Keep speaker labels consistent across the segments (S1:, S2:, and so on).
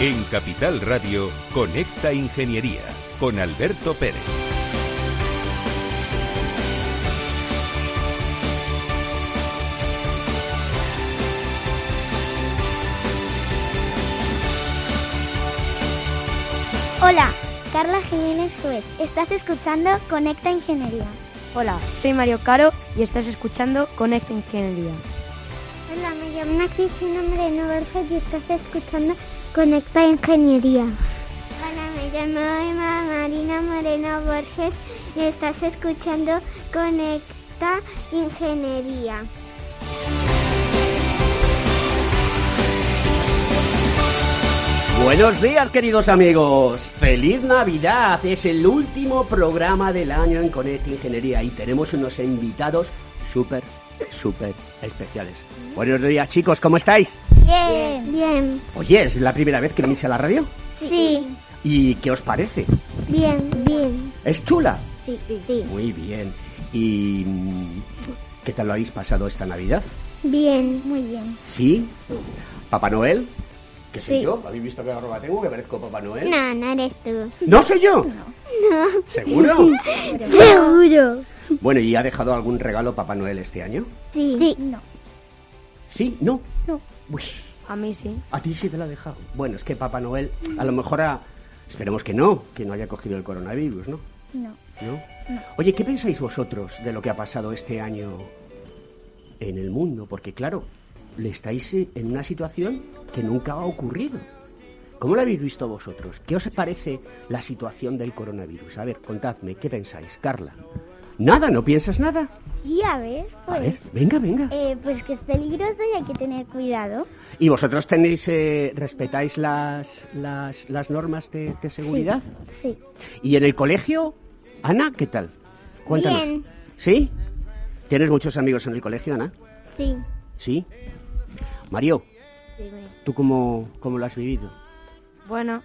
S1: En Capital Radio, Conecta Ingeniería con Alberto Pérez.
S2: Hola, Carla Jiménez Juez. Estás escuchando Conecta Ingeniería.
S3: Hola, soy Mario Caro y estás escuchando Conecta Ingeniería.
S2: Hola, me llamo Ana Cristina Moreno Borges y estás escuchando Conecta Ingeniería. Hola, me llamo Emma Marina Moreno Borges y estás escuchando Conecta Ingeniería.
S4: Buenos días queridos amigos, feliz Navidad, es el último programa del año en Conect Ingeniería y tenemos unos invitados súper, súper especiales. Buenos días chicos, ¿cómo estáis?
S2: Bien. Bien.
S4: Oye, es la primera vez que venís a la radio
S2: Sí.
S4: y ¿qué os parece?
S2: Bien. Bien.
S4: ¿Es chula?
S2: Sí, sí, sí.
S4: Muy bien. ¿Y mm, qué tal lo habéis pasado esta Navidad?
S2: Bien. Muy bien.
S4: ¿Sí? ¿Papá Noel? ¿Qué soy
S2: Sí.
S4: yo? ¿Habéis visto qué arroba tengo? ¿Que parezco Papá Noel?
S2: No, no eres tú.
S4: ¿No soy yo? ¿Seguro?
S2: Seguro.
S4: Bueno, ¿y ha dejado algún regalo Papá Noel este año?
S2: Sí. Sí. No.
S4: ¿Sí? ¿No?
S3: No.
S4: Uy,
S3: A mí sí.
S4: a ti sí te lo ha dejado. Bueno, es que Papá Noel a lo mejor ha... Esperemos que no, que no haya cogido el coronavirus, ¿no?
S2: No.
S4: ¿No? Oye, ¿qué pensáis vosotros de lo que ha pasado este año en el mundo? Porque claro, le estáis eh, en una situación que nunca ha ocurrido. ¿Cómo lo habéis visto vosotros? ¿Qué os parece la situación del coronavirus? A ver, contadme, ¿qué pensáis, Carla? Nada, ¿no piensas nada?
S2: Y a ver,
S4: A
S2: pues.
S4: ver, venga, venga.
S2: Eh, pues que es peligroso y hay que tener cuidado.
S4: ¿Y vosotros tenéis, eh, respetáis las, las, las normas de, de seguridad?
S2: Sí.
S4: ¿Y en el colegio, Ana, qué tal? Cuéntanos.
S2: Bien.
S4: ¿Sí? ¿Tienes muchos amigos en el colegio, Ana?
S2: Sí.
S4: ¿Sí? Mario, ¿tú cómo, cómo lo has vivido?
S3: Bueno,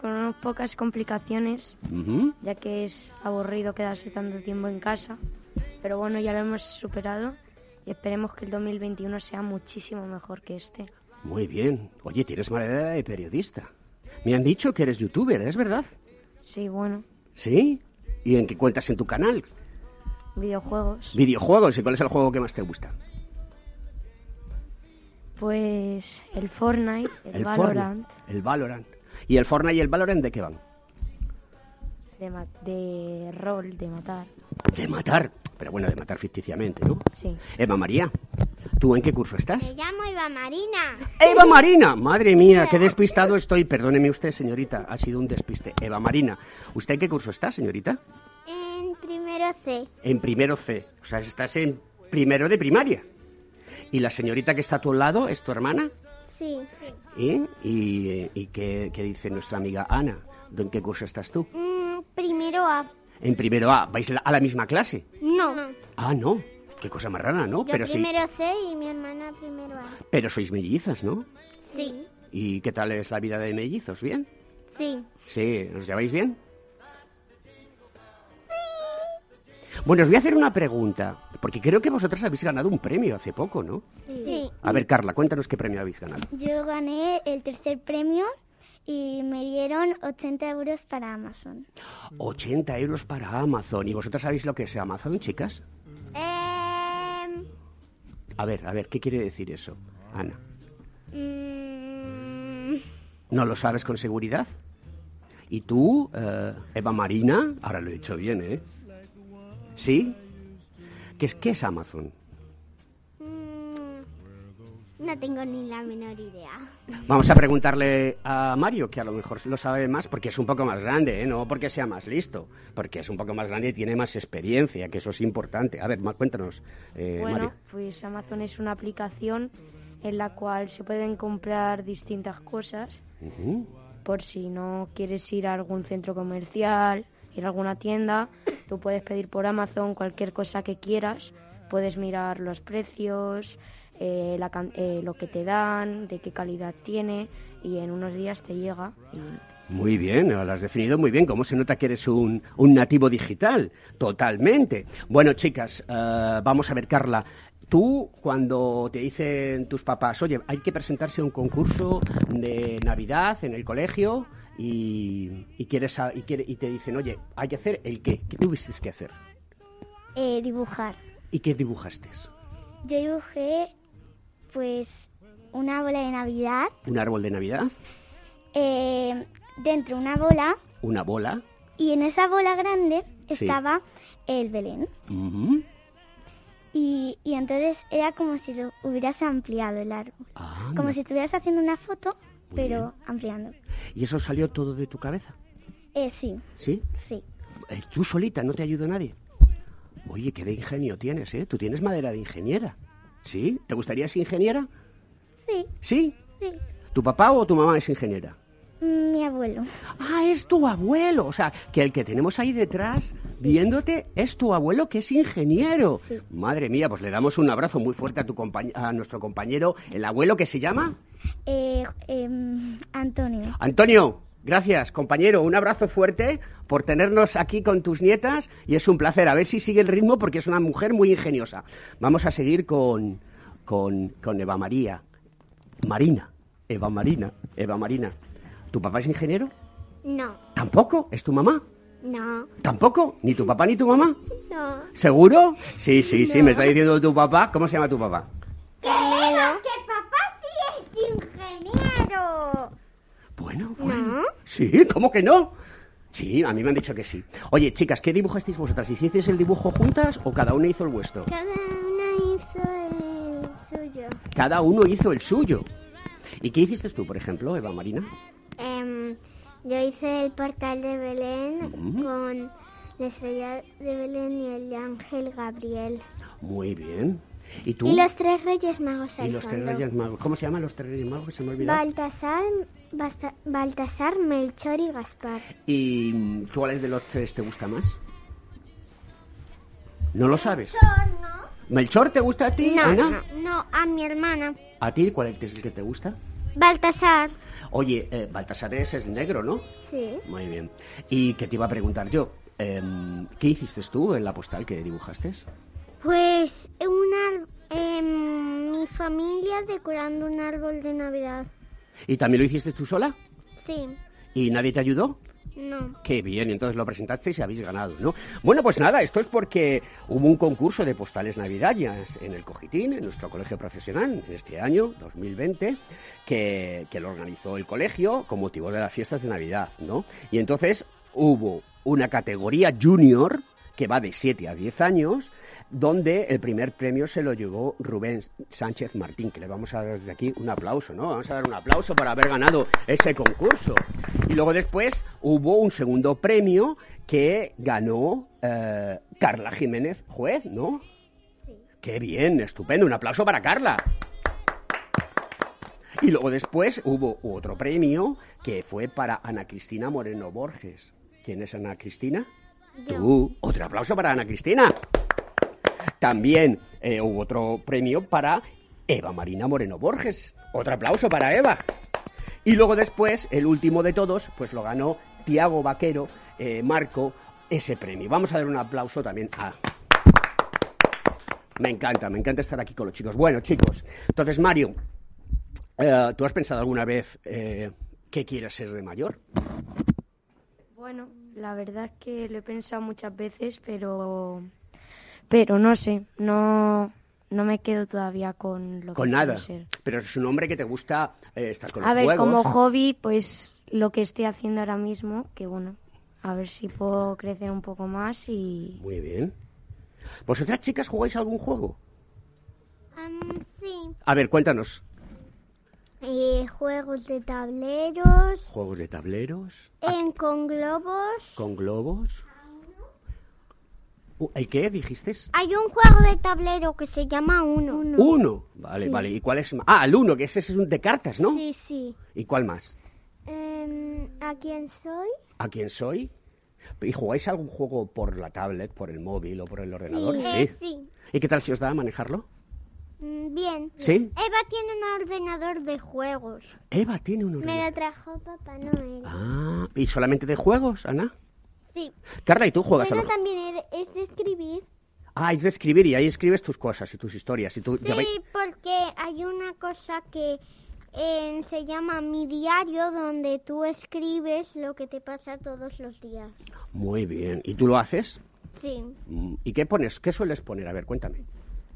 S3: con unas pocas complicaciones,
S4: Ujú.
S3: ya que es aburrido quedarse tanto tiempo en casa. Pero bueno, ya lo hemos superado y esperemos que el 2021 sea muchísimo mejor que este.
S4: Muy bien. Oye, tienes manera de periodista. Me han dicho que eres youtuber, ¿es verdad?
S3: Sí, bueno,
S4: ¿Sí? ¿Y en qué cuentas en tu canal?
S3: videojuegos.
S4: Videojuegos. ¿Y cuál es el juego que más te gusta?
S3: Pues el Fortnite, el,
S4: Fortnite,
S3: Valorant
S4: el Valorant. ¿Y el Fortnite y el Valorant de qué van?
S3: de, ma- de rol, de matar.
S4: De matar. Pero bueno, de matar ficticiamente, ¿no?
S3: Sí.
S4: Eva María, ¿tú en qué curso estás?
S2: llamo Iva Marina.
S4: Eva Marina, madre mía, qué despistado estoy. Perdóneme usted, señorita, ha sido un despiste. Eva Marina, ¿usted en qué curso está, señorita?
S2: En primero C.
S4: En primero C, o sea, estás en primero de primaria. ¿Y la señorita que está a tu lado es tu hermana?
S2: Sí.
S4: ¿Eh? ¿Y, eh, y qué, qué dice nuestra amiga Ana? ¿De en qué curso estás tú?
S2: Mm, primero A.
S4: En primero A, ¿vais a la misma clase?
S2: No.
S4: Ah, no, qué cosa más rara, ¿no?
S2: Yo
S4: Oh, Pero, sí-
S2: primero C y mi hermana primero A.
S4: pero sois mellizas, ¿no?
S2: Sí.
S4: ¿Y qué tal es la vida de mellizos? ¿Bien?
S2: Sí.
S4: Sí, ¿os lleváis bien? Bueno, os voy a hacer una pregunta, porque creo que vosotras habéis ganado un premio hace poco, ¿no?
S2: Sí.
S4: A ver, Carla, cuéntanos qué premio habéis ganado.
S2: Yo gané el tercer premio y me dieron 80 euros para Amazon.
S4: 80 euros para Amazon. ¿Y vosotras sabéis lo que es Amazon, chicas? A ver, a ver, ¿qué quiere decir eso, Ana?
S2: Em, mm,
S4: ¿No lo sabes con seguridad? ¿Y tú, eh, Eva Marina? Ahora lo he dicho bien, ¿eh? ¿Sí? ¿Qué es, qué es Amazon?
S2: Mm, no tengo ni la menor idea.
S4: Vamos a preguntarle a Mario, que a lo mejor lo sabe más porque es un poco más grande, ¿eh? no porque sea más listo, porque es un poco más grande y tiene más experiencia, que eso es importante. A ver, ma- cuéntanos, eh,
S3: Bueno,
S4: Mario.
S3: pues Amazon es una aplicación en la cual se pueden comprar distintas cosas
S4: Ujú.
S3: por si no quieres ir a algún centro comercial, ir a alguna tienda, tú puedes pedir por Amazon cualquier cosa que quieras, puedes mirar los precios, eh, la can- eh, lo que te dan, de qué calidad tiene y en unos días te llega. y-
S4: Muy bien, lo has definido muy bien. ¿Cómo se nota que eres un, un nativo digital? Totalmente. Bueno, chicas, eh, vamos a ver, Carla, Tú, cuando te dicen tus papás, oye, hay que presentarse a un concurso de Navidad en el colegio y, y quieres, sa- y, quiere- y te dicen, oye, hay que hacer el qué, ¿qué tuviste que hacer?
S2: Eh, dibujar.
S4: ¿Y qué dibujaste?
S2: Yo dibujé, pues, una bola de Navidad.
S4: ¿Un árbol de Navidad?
S2: eh, dentro una bola
S4: ¿Una bola?
S2: y en esa bola grande
S4: Sí.
S2: estaba el Belén.
S4: Ujú.
S2: Y, y entonces era como si lo hubieras ampliado el árbol.
S4: Ah,
S2: Como
S4: mira.
S2: si estuvieras haciendo una foto,
S4: Muy
S2: pero ampliando.
S4: ¿Y eso salió todo de tu cabeza?
S2: Eh, sí,
S4: ¿Sí?
S2: sí.
S4: Eh, Tú solita, no te ayudó nadie. Oye, qué de ingenio tienes, ¿eh? Tú tienes madera de ingeniera. ¿Sí? ¿Te gustaría ser ingeniera?
S2: Sí,
S4: ¿Sí?
S2: sí.
S4: ¿Tu papá o tu mamá es ingeniera?
S2: Mm, Mi abuelo.
S4: Ah, es tu abuelo. O sea, que el que tenemos ahí detrás viéndote es tu abuelo que es ingeniero.
S2: Sí.
S4: Madre mía, pues le damos un abrazo muy fuerte a, tu compañ- a nuestro compañero, el abuelo que se llama
S2: Eh, em, Antonio.
S4: Antonio. Gracias, compañero. Un abrazo fuerte por tenernos aquí con tus nietas y es un placer. A ver si sigue el ritmo porque es una mujer muy ingeniosa. Vamos a seguir con, con, con Eva María. Marina. Eva Marina. Eva Marina. ¿Tu papá es ingeniero?
S2: No,
S4: Tampoco. ¿Es tu mamá?
S2: no,
S4: ¿Tampoco? ¿Ni tu papá ni tu mamá?
S2: no.
S4: ¿Seguro? Sí, sí, sí, me está diciendo tu papá. ¿Cómo se llama tu papá?
S2: Carmelo. Que papá sí es ingeniero.
S4: Bueno, bueno. Sí, ¿cómo que no? Sí, a mí me han dicho que sí. Oye, chicas, ¿qué dibujasteis vosotras? ¿Hicisteis el dibujo juntas o cada una hizo el vuestro?
S2: Cada una hizo el suyo.
S4: Cada uno hizo el suyo. ¿Y qué hiciste tú, por ejemplo, Eva Marina?
S2: Em, yo hice el portal de Belén con la estrella de Belén y el ángel Gabriel.
S4: Muy bien. ¿Y tú?
S2: Y los tres reyes magos al
S4: ¿Y los tres
S2: fondo.
S4: reyes magos. ¿Cómo se llaman los tres reyes magos? Se me ha olvidado.
S2: Baltasar, Basta- Baltasar, Melchor y Gaspar.
S4: ¿Y mm, cuáles de los tres te gusta más? ¿No lo sabes? ¿Melchor te gusta a ti,
S2: No,
S4: Ana?
S2: no, no, a mi hermana.
S4: ¿A ti cuál es el que te gusta?
S2: Baltasar.
S4: Oye, eh, Baltasar es el negro, ¿no?
S2: Sí.
S4: Muy bien. ¿Y qué te iba a preguntar yo? Em, ¿Qué hiciste tú en la postal que dibujaste?
S2: Pues una, em, mi familia decorando un árbol de Navidad.
S4: ¿Y también lo hiciste tú sola?
S2: Sí,
S4: ¿Y nadie te ayudó?
S2: no.
S4: Qué bien, y entonces lo presentasteis y habéis ganado, ¿no? Bueno, pues nada, esto es porque hubo un concurso de postales navideñas en el Cojitín, en nuestro colegio profesional, en este año, 2020, que, que lo organizó el colegio con motivo de las fiestas de Navidad, ¿no? Y entonces hubo una categoría junior, que va de 7 a 10 años, donde el primer premio se lo llevó Rubén Sánchez Martín, que le vamos a dar desde aquí un aplauso, ¿no? Vamos a dar un aplauso por haber ganado ese concurso. Y luego después hubo un segundo premio que ganó eh, Carla Jiménez Juez, ¿no? Qué bien, estupendo, un aplauso para Carla. Y luego después hubo otro premio que fue para Ana Cristina Moreno Borges. ¿Quién es Ana Cristina?
S2: Yo.
S4: Tú. Otro aplauso para Ana Cristina. También eh, hubo otro premio para Eva Marina Moreno Borges. Otro aplauso para Eva. Y luego después, el último de todos, pues lo ganó Tiago Vaquero, eh, Marco, ese premio. Vamos a dar un aplauso también a... Me encanta, me encanta estar aquí con los chicos. Bueno, chicos, entonces Mario, eh, ¿tú has pensado alguna vez eh, qué quieres ser de mayor?
S3: Bueno, la verdad es que lo he pensado muchas veces, pero pero no sé, no no me quedo todavía con lo
S4: Con
S3: que
S4: nada.
S3: quiero ser.
S4: Pero es un hombre que te gusta eh, estar con
S3: A
S4: los
S3: ver,
S4: juegos.
S3: como hobby, pues lo que estoy haciendo ahora mismo, que bueno, a ver si puedo crecer un poco más y
S4: Muy bien. ¿Vosotras chicas jugáis a algún juego?
S2: Am, sí.
S4: A ver, cuéntanos.
S2: Eh, juegos de tableros,
S4: ¿Juegos de tableros?
S2: en, con globos.
S4: ¿Con globos? Uh, ¿El qué dijiste?
S2: Hay un juego de tablero que se llama Uno.
S4: Uno. Vale, vale. ¿Y cuál es ma- Ah, el uno, que ese es un de cartas, ¿no?
S2: Sí, sí.
S4: ¿Y cuál más?
S2: Em, ¿A quién soy?
S4: ¿A quién soy? ¿Y jugáis algún juego por la tablet, por el móvil o por el ordenador?
S2: Eh, sí.
S4: ¿Y qué tal si os da a manejarlo?
S2: Mm, Bien.
S4: ¿Sí?
S2: Eva tiene un ordenador de juegos.
S4: Eva tiene un
S2: Me
S4: ordenador.
S2: lo trajo Papá Noel.
S4: Ah, ¿y solamente de juegos, Ana?
S2: Sí.
S4: Carla, ¿y tú juegas a
S2: Bueno,
S4: los-
S2: también he de- es de escribir.
S4: Ah, es de escribir y ahí escribes tus cosas y tus historias. Y tú, ya vai-
S2: Sí, porque hay una cosa que eh, se llama mi diario donde tú escribes lo que te pasa todos los días.
S4: Muy bien. ¿Y tú lo haces?
S2: Sí,
S4: Mm, ¿Y qué pones? ¿Qué sueles poner? A ver, cuéntame.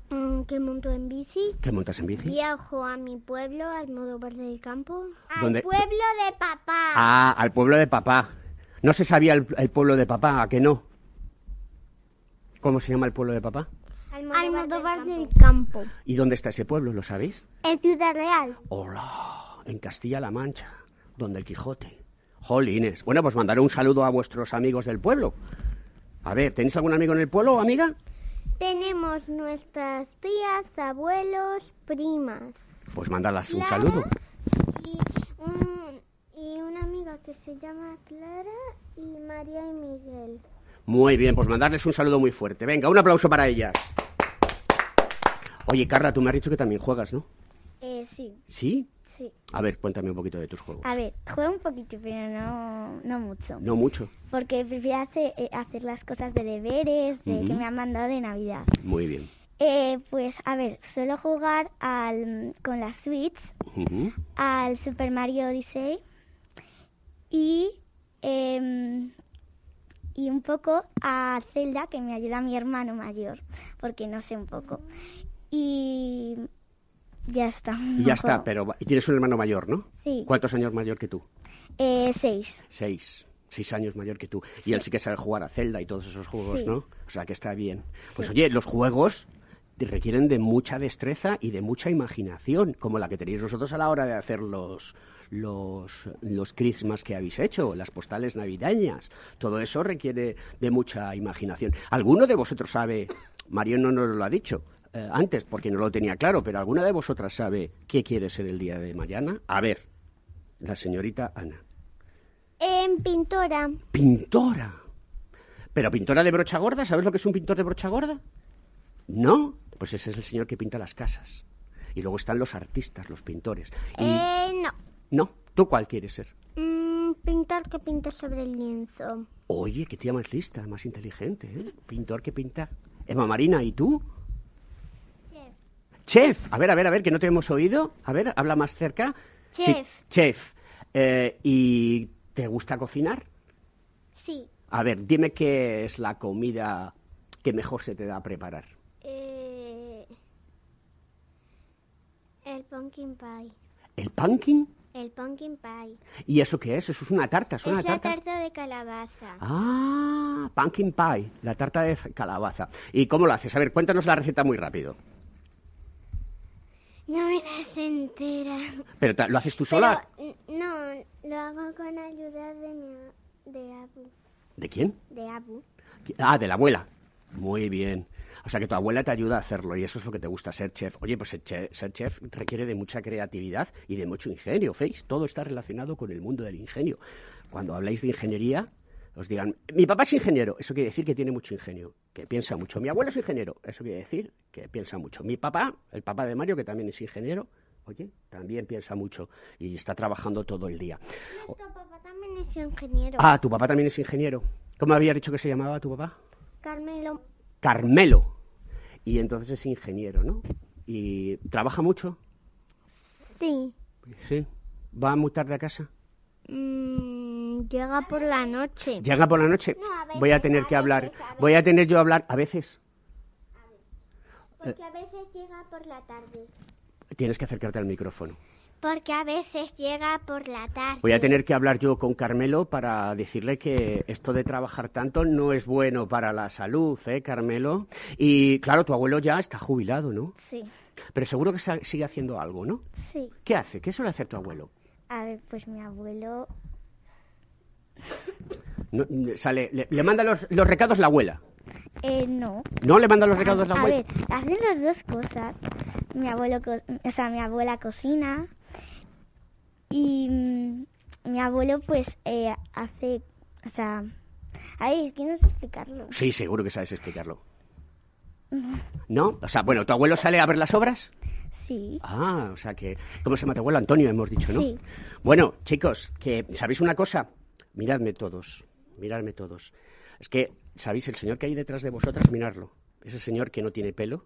S2: Mm, que monto en bici.
S4: ¿Qué montas en bici?
S2: Viajo a mi pueblo, al modo verde del campo. Al
S4: ¿Dónde?
S2: pueblo de papá.
S4: Ah, al pueblo de papá. No se sabía el, el pueblo de papá, ¿a que no? ¿Cómo se llama el pueblo de papá?
S2: Al modo verde del campo.
S4: ¿Y dónde está ese pueblo? ¿Lo sabéis?
S2: En Ciudad Real.
S4: Hola, en Castilla-La Mancha, donde el Quijote. Jolines. Bueno, pues mandaré un saludo a vuestros amigos del pueblo. A ver, ¿tenéis algún amigo en el pueblo, amiga?
S2: Tenemos nuestras tías, abuelos, primas.
S4: Pues mándalas un
S2: Clara.
S4: saludo.
S2: Y, un- y una amiga que se llama Clara y María y Miguel.
S4: Muy bien, pues mandarles un saludo muy fuerte. Venga, un aplauso para ellas. Oye, Carla, tú me has dicho que también juegas, ¿no?
S5: Eh, sí,
S4: ¿Sí?
S5: sí.
S4: A ver, cuéntame un poquito de tus juegos.
S5: A ver, juego un poquito, pero no, no mucho.
S4: No mucho.
S5: Porque prefiero hace- eh, hacer las cosas de deberes, de que
S4: Ujú.
S5: me han mandado de Navidad.
S4: Muy bien.
S5: Eh, pues, a ver, suelo jugar al, con la Switch
S4: Ujú.
S5: al Super Mario Odyssey y, em, y un poco a Zelda, que me ayuda mi hermano mayor, porque no sé un poco. Y ya está.
S4: Y ya está, pero va- y tienes un hermano mayor, ¿no?
S5: Sí.
S4: ¿Cuántos años mayor que tú?
S5: Eh, seis.
S4: Seis. Seis años mayor que tú. Y él sí que sabe jugar a Zelda y todos esos juegos,
S5: Sí.
S4: ¿no? O sea, que está bien. Pues oye, los juegos te requieren de mucha destreza y de mucha imaginación, como la que tenéis vosotros a la hora de hacer los los los Christmas que habéis hecho, las postales navideñas. Todo eso requiere de mucha imaginación. ¿Alguno de vosotros sabe, Mario no nos lo ha dicho eh, antes porque no lo tenía claro, pero alguna de vosotras sabe qué quiere ser el día de mañana? A ver, la señorita Ana.
S2: En pintora.
S4: Pintora. Pero pintora de brocha gorda, ¿sabes lo que es un pintor de brocha gorda? No, pues ese es el señor que pinta las casas. Y luego están los artistas, los pintores. Y
S2: Eh, no.
S4: no, ¿tú cuál quieres ser?
S2: Mm, pintor que pinta sobre el lienzo.
S4: Oye, qué tía más lista, más inteligente, ¿eh? Pintor que pinta. Emma Marina, ¿y tú? Chef. Chef. A ver, a ver, a ver, que no te hemos oído. A ver, habla más cerca. Sí,
S2: Chef.
S4: chef. Eh, ¿Y te gusta cocinar?
S2: Sí.
S4: A ver, dime qué es la comida que mejor se te da a preparar.
S2: Eh, el pumpkin pie.
S4: ¿El pumpkin?
S2: El pumpkin pie.
S4: ¿Y eso qué es? Eso es una tarta, es una
S2: es la
S4: tarta.
S2: tarta de calabaza.
S4: Ah, pumpkin pie, la tarta de calabaza. ¿Y cómo lo haces? A ver, cuéntanos la receta muy rápido.
S2: No me las entera.
S4: ¿Pero ta- lo haces tú sola?
S2: Pero, mm, no, lo hago con ayuda de mi a- de Abu.
S4: ¿De quién?
S2: De Abu.
S4: Ah, de la abuela. Muy bien. O sea que tu abuela te ayuda a hacerlo y eso es lo que te gusta, ser chef. Oye, pues ser che- ser chef requiere de mucha creatividad y de mucho ingenio, ¿veis? Todo está relacionado con el mundo del ingenio. Cuando habláis de ingeniería, os digan, mi papá es ingeniero, eso quiere decir que tiene mucho ingenio, que piensa mucho. Mi abuelo es ingeniero, eso quiere decir que piensa mucho. Mi papá, el papá de Mario, que también es ingeniero, oye, también piensa mucho y está trabajando todo el día.
S2: Nuestro papá también es ingeniero.
S4: Ah, tu papá también es ingeniero. ¿Cómo había dicho que se llamaba tu papá?
S2: Carmelo.
S4: Carmelo. Y entonces es ingeniero, ¿no? Y trabaja mucho,
S2: Sí.
S4: sí. Va muy tarde a casa.
S2: Mm, llega por la noche.
S4: Llega por la noche.
S2: No, a veces,
S4: Voy a tener
S2: a
S4: que hablar.
S2: veces, a veces.
S4: Voy a tener yo a hablar a veces.
S2: Porque a veces llega por la tarde.
S4: Tienes que acercarte al micrófono.
S2: Porque a veces llega por la tarde.
S4: Voy a tener que hablar yo con Carmelo para decirle que esto de trabajar tanto no es bueno para la salud, ¿eh, Carmelo? Y claro, tu abuelo ya está jubilado, ¿no?
S5: Sí,
S4: Pero seguro que sa- sigue haciendo algo, ¿no?
S5: sí.
S4: ¿Qué hace? ¿Qué suele hacer tu abuelo?
S5: A ver, pues mi abuelo.
S4: No, sale, le, le manda los, los recados la abuela.
S5: Eh, no.
S4: No le manda los recados la
S5: a
S4: abuela.
S5: ver, hacen las dos cosas. Mi abuelo, co- o sea, mi abuela cocina y mm, mi abuelo, pues, eh, hace, o sea, ay, es que no sé explicarlo.
S4: Sí, seguro que sabes explicarlo. ¿No? O sea, bueno, ¿tu abuelo sale a ver las obras?
S5: Sí,
S4: Ah, o sea que... ¿Cómo se llama tu abuelo? Antonio, hemos dicho, ¿no?
S5: Sí.
S4: Bueno, chicos, que ¿sabéis una cosa? Miradme todos, miradme todos. Es que, ¿sabéis? El señor que hay detrás de vosotras, miradlo. Ese señor que no tiene pelo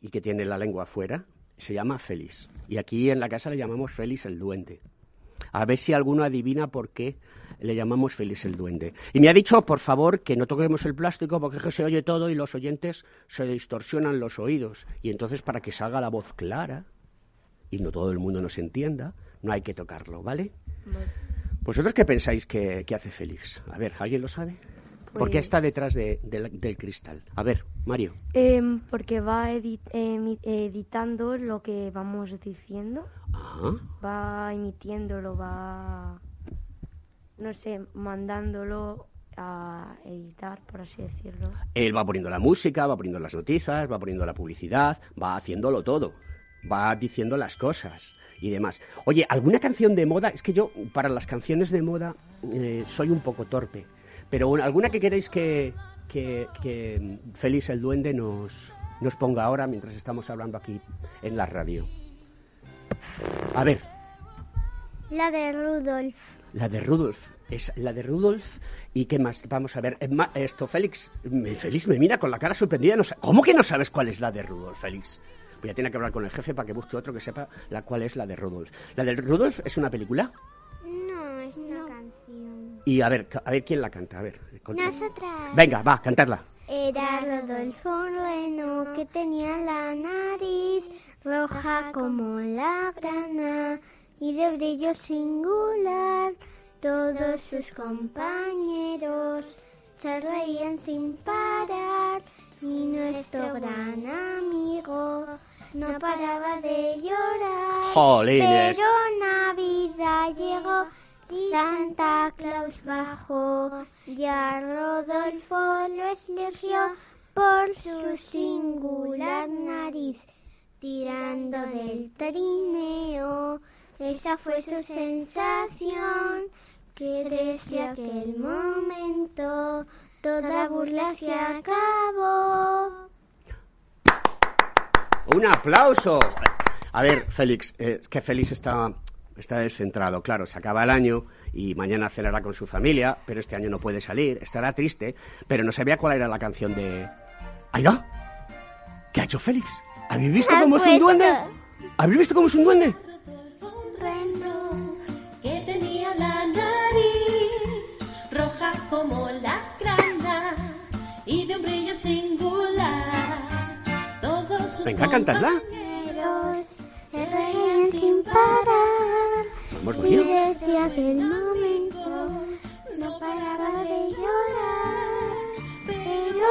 S4: y que tiene la lengua afuera se llama Félix. Y aquí en la casa le llamamos Félix el Duende. A ver si alguno adivina por qué le llamamos Félix el Duende. Y me ha dicho, por favor, que no toquemos el plástico porque es que se oye todo y los oyentes se distorsionan los oídos. Y entonces, para que salga la voz clara y no todo el mundo nos entienda, no hay que tocarlo, ¿vale? ¿Vosotros qué pensáis que, que hace Félix? A ver, ¿alguien lo sabe? ¿Por qué
S3: Pues-
S4: está detrás de- del- del cristal? A ver, Mario.
S3: Em, porque va edi- emi- editando lo que vamos diciendo,
S4: Ajá.
S3: va emitiéndolo, va, no sé, mandándolo a editar, por así decirlo.
S4: Él va poniendo la música, va poniendo las noticias, va poniendo la publicidad, va haciéndolo todo. Va diciendo las cosas y demás. Oye, ¿alguna canción de moda? Es que yo, para las canciones de moda, eh, soy un poco torpe. Pero una- ¿alguna que queréis que, que, que, mm, Félix el Duende nos, nos ponga ahora mientras estamos hablando aquí en la radio? A ver,
S2: La de Rudolf.
S4: la de Rudolf. Es la de Rudolf. ¿Y qué más? Vamos a ver. eh, ma- Esto, Félix. me- Félix me mira con la cara sorprendida. No sa- ¿Cómo que no sabes cuál es la de Rudolf, Félix? Voy a tener que hablar con el jefe para que busque otro que sepa la cuál es la de Rudolf. La de Rudolf es una película.
S2: No, es una canción.
S4: Y a ver, ca- a ver quién la canta. A ver. contra-
S2: Nosotras.
S4: Venga, va, cantarla.
S2: Era Rodolfo un Reno que tenía la nariz roja como la grana y de brillo singular. Todos sus compañeros se reían sin parar y nuestro gran amigo no paraba de llorar.
S4: ¡Jolines!
S2: Pero Navidad llegó, Santa Claus bajó, y a Rodolfo lo eligió por su singular nariz, tirando del trineo. Esa fue su sensación, que desde aquel momento toda burla se acabó.
S4: ¡Un aplauso! A ver, Félix, eh, que Félix está, está descentrado. Claro, se acaba el año y mañana cenará con su familia, pero este año no puede salir, estará triste, pero no sabía cuál era la canción de... ¡Aira! ¿Qué ha hecho Félix? ¿Habéis visto
S2: Ha
S4: cómo es un
S2: puesto-
S4: duende? ¿Habéis visto cómo es un duende?
S6: Un reno que tenía la nariz roja como la grana y de un brillo singular. Todos sus
S4: Venga, cantadla.
S2: Compañeros se reían sin parar.
S4: Vamos,
S2: Y
S4: María.
S2: desde aquel momento no paraba de llorar. Pero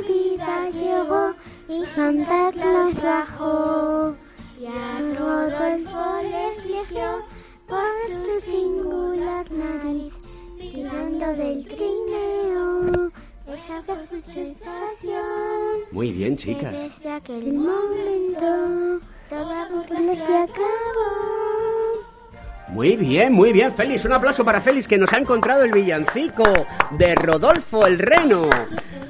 S2: Navidad llegó y Santa Claus bajó. Y a Rodolfo les eligió por su singular nariz, tirando del trineo. Esa fue su sensación.
S4: Muy bien,
S2: Que
S4: chicas.
S2: Desde aquel momento, toda burla se acabó.
S4: Muy bien, muy bien, Félix. Un aplauso para Félix que nos ha encontrado el villancico de Rodolfo el Reno.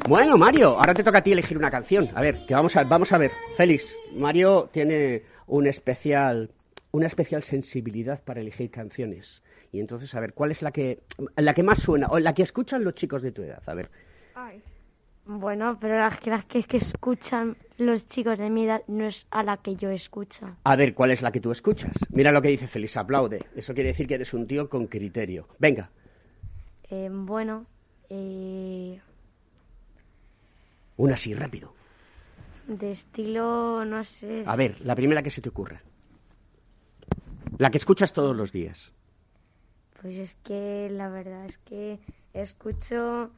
S4: Bueno, Mario, ahora te toca a ti elegir una canción. A ver, que vamos a, vamos a ver. Félix, Mario tiene un especial, una especial sensibilidad para elegir canciones. Y entonces, a ver, ¿cuál es la que, la que más suena o la que escuchan los chicos de tu edad? A ver.
S3: Bueno, pero las que, las que, que escuchan los chicos de mi edad no es a la que yo escucho.
S4: A ver, ¿cuál es la que tú escuchas? Mira lo que dice Félix, aplaude. Eso quiere decir que eres un tío con criterio. Venga,
S3: Em, bueno, eh,
S4: una así, rápido.
S3: de estilo, no sé.
S4: A ver, la primera que se te ocurra. La que escuchas todos los días.
S3: Pues es que la verdad es que escucho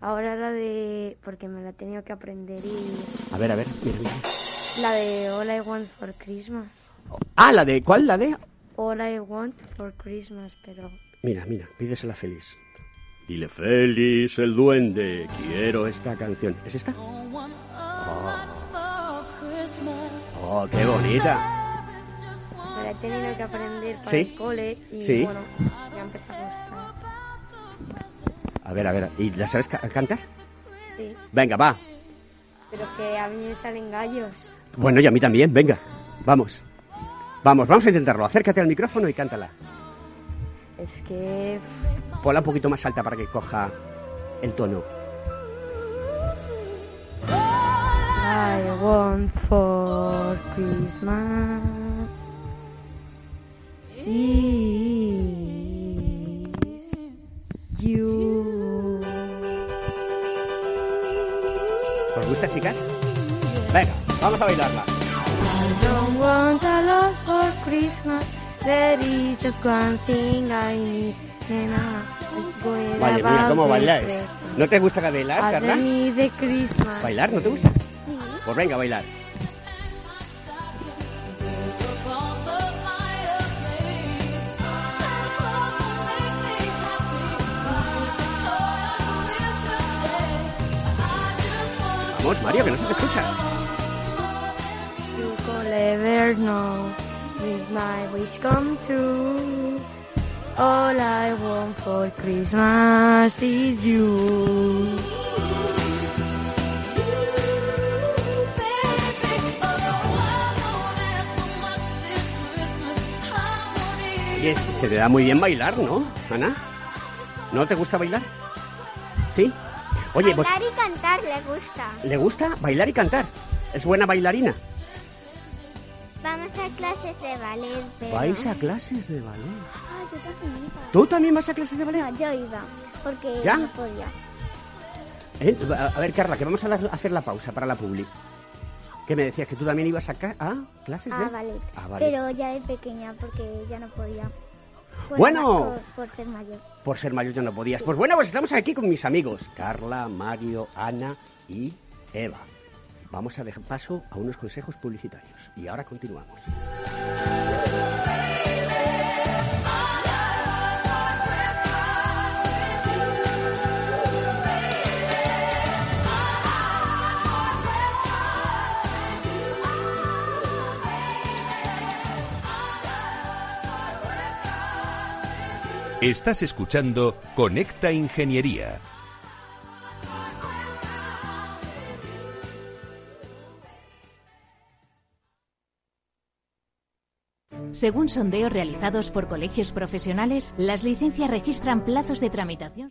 S3: ahora la de. porque me la he tenido que aprender y.
S4: A ver, a ver, mira, mira.
S3: la de All I Want for Christmas.
S4: Ah, la de. ¿Cuál? La de.
S3: All I Want for Christmas, pero.
S4: Mira, mira, pídesela a Feliz. Dile, Feliz, el duende, quiero esta canción. ¿Es esta? ¡Oh, qué bonita!
S3: me la he tenido que aprender para
S4: Sí.
S3: el cole y
S4: Sí.
S3: bueno, me ha empezado a gustar.
S4: A ver, a ver, ¿y la sabes ca- cantar?
S3: Sí,
S4: Venga, va.
S3: pero que a mí me salen gallos.
S4: Bueno, y a mí también, venga. Vamos. Vamos, vamos a intentarlo. Acércate al micrófono y cántala.
S3: Es que.
S4: Ponla un poquito más alta para que coja el tono.
S6: Oh,
S3: want for Christmas is you.
S4: ¿Os gusta, chicas? Venga, vamos a bailarla.
S3: I don't want a lot for Christmas. There is just one thing I need, and I'm going
S4: Vale, mira, ¿cómo
S3: about
S4: bailáis?
S3: this
S4: ¿No te gusta bailar,
S3: Christmas. I
S4: Carla?
S3: need the Christmas.
S4: ¿Bailar? ¿No te gusta? Pues venga, a bailar. Vamos, Mario, que no se te escucha.
S3: You could never know if my wish come true. All I want for Christmas is you.
S4: Oye, se te da muy bien bailar, ¿no, Ana? ¿No te gusta bailar? ¿Sí? Oye, pues,
S2: Bailar y cantar le gusta.
S4: ¿le gusta bailar y cantar? ¿Es buena bailarina?
S2: Vamos a clases de ballet, pero...
S4: ¿Vais a clases de ballet?
S2: Ah, yo también iba.
S4: ¿Tú también vas a clases de ballet?
S2: No, yo iba, porque
S4: ¿Ya?
S2: no podía.
S4: Eh, A a ver, Carla, que vamos a la- hacer la pausa para la publi. ¿Qué me decías? ¿Que tú también ibas a, ca- a clases de...?
S2: Ah, ballet.
S4: Ah, vale.
S2: Pero ya de pequeña, porque ya no podía.
S4: Bueno.
S2: Por, por ser mayor.
S4: Por ser mayor ya no podías. Pues bueno, pues estamos aquí con mis amigos. Carla, Mario, Ana y Eva. Vamos a dejar paso a unos consejos publicitarios. Y ahora continuamos.
S1: Estás escuchando Conecta Ingeniería.
S7: Según sondeos realizados por colegios profesionales, las licencias registran plazos de tramitación.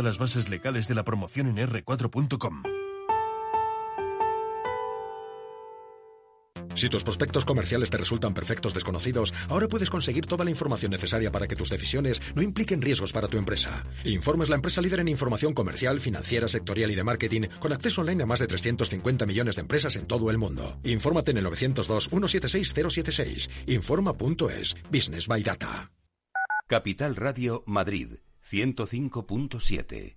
S8: las bases legales de la promoción en r4.com.
S9: Si tus prospectos comerciales te resultan perfectos desconocidos, ahora puedes conseguir toda la información necesaria para que tus decisiones no impliquen riesgos para tu empresa. Informes la empresa líder en información comercial, financiera, sectorial y de marketing, con acceso online a más de 350 millones de empresas en todo el mundo. Infórmate en el 902-176-076, informa.es, Business by Data.
S1: Capital Radio Madrid 105.7.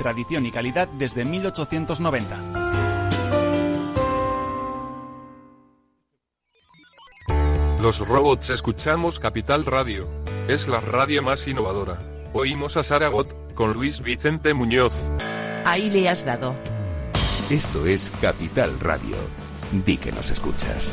S10: tradición y calidad desde 1890.
S11: Los robots escuchamos Capital Radio. Es la radio más innovadora. Oímos a Saragot, con Luis Vicente Muñoz.
S12: Ahí le has dado.
S1: Esto es Capital Radio. Di que nos escuchas.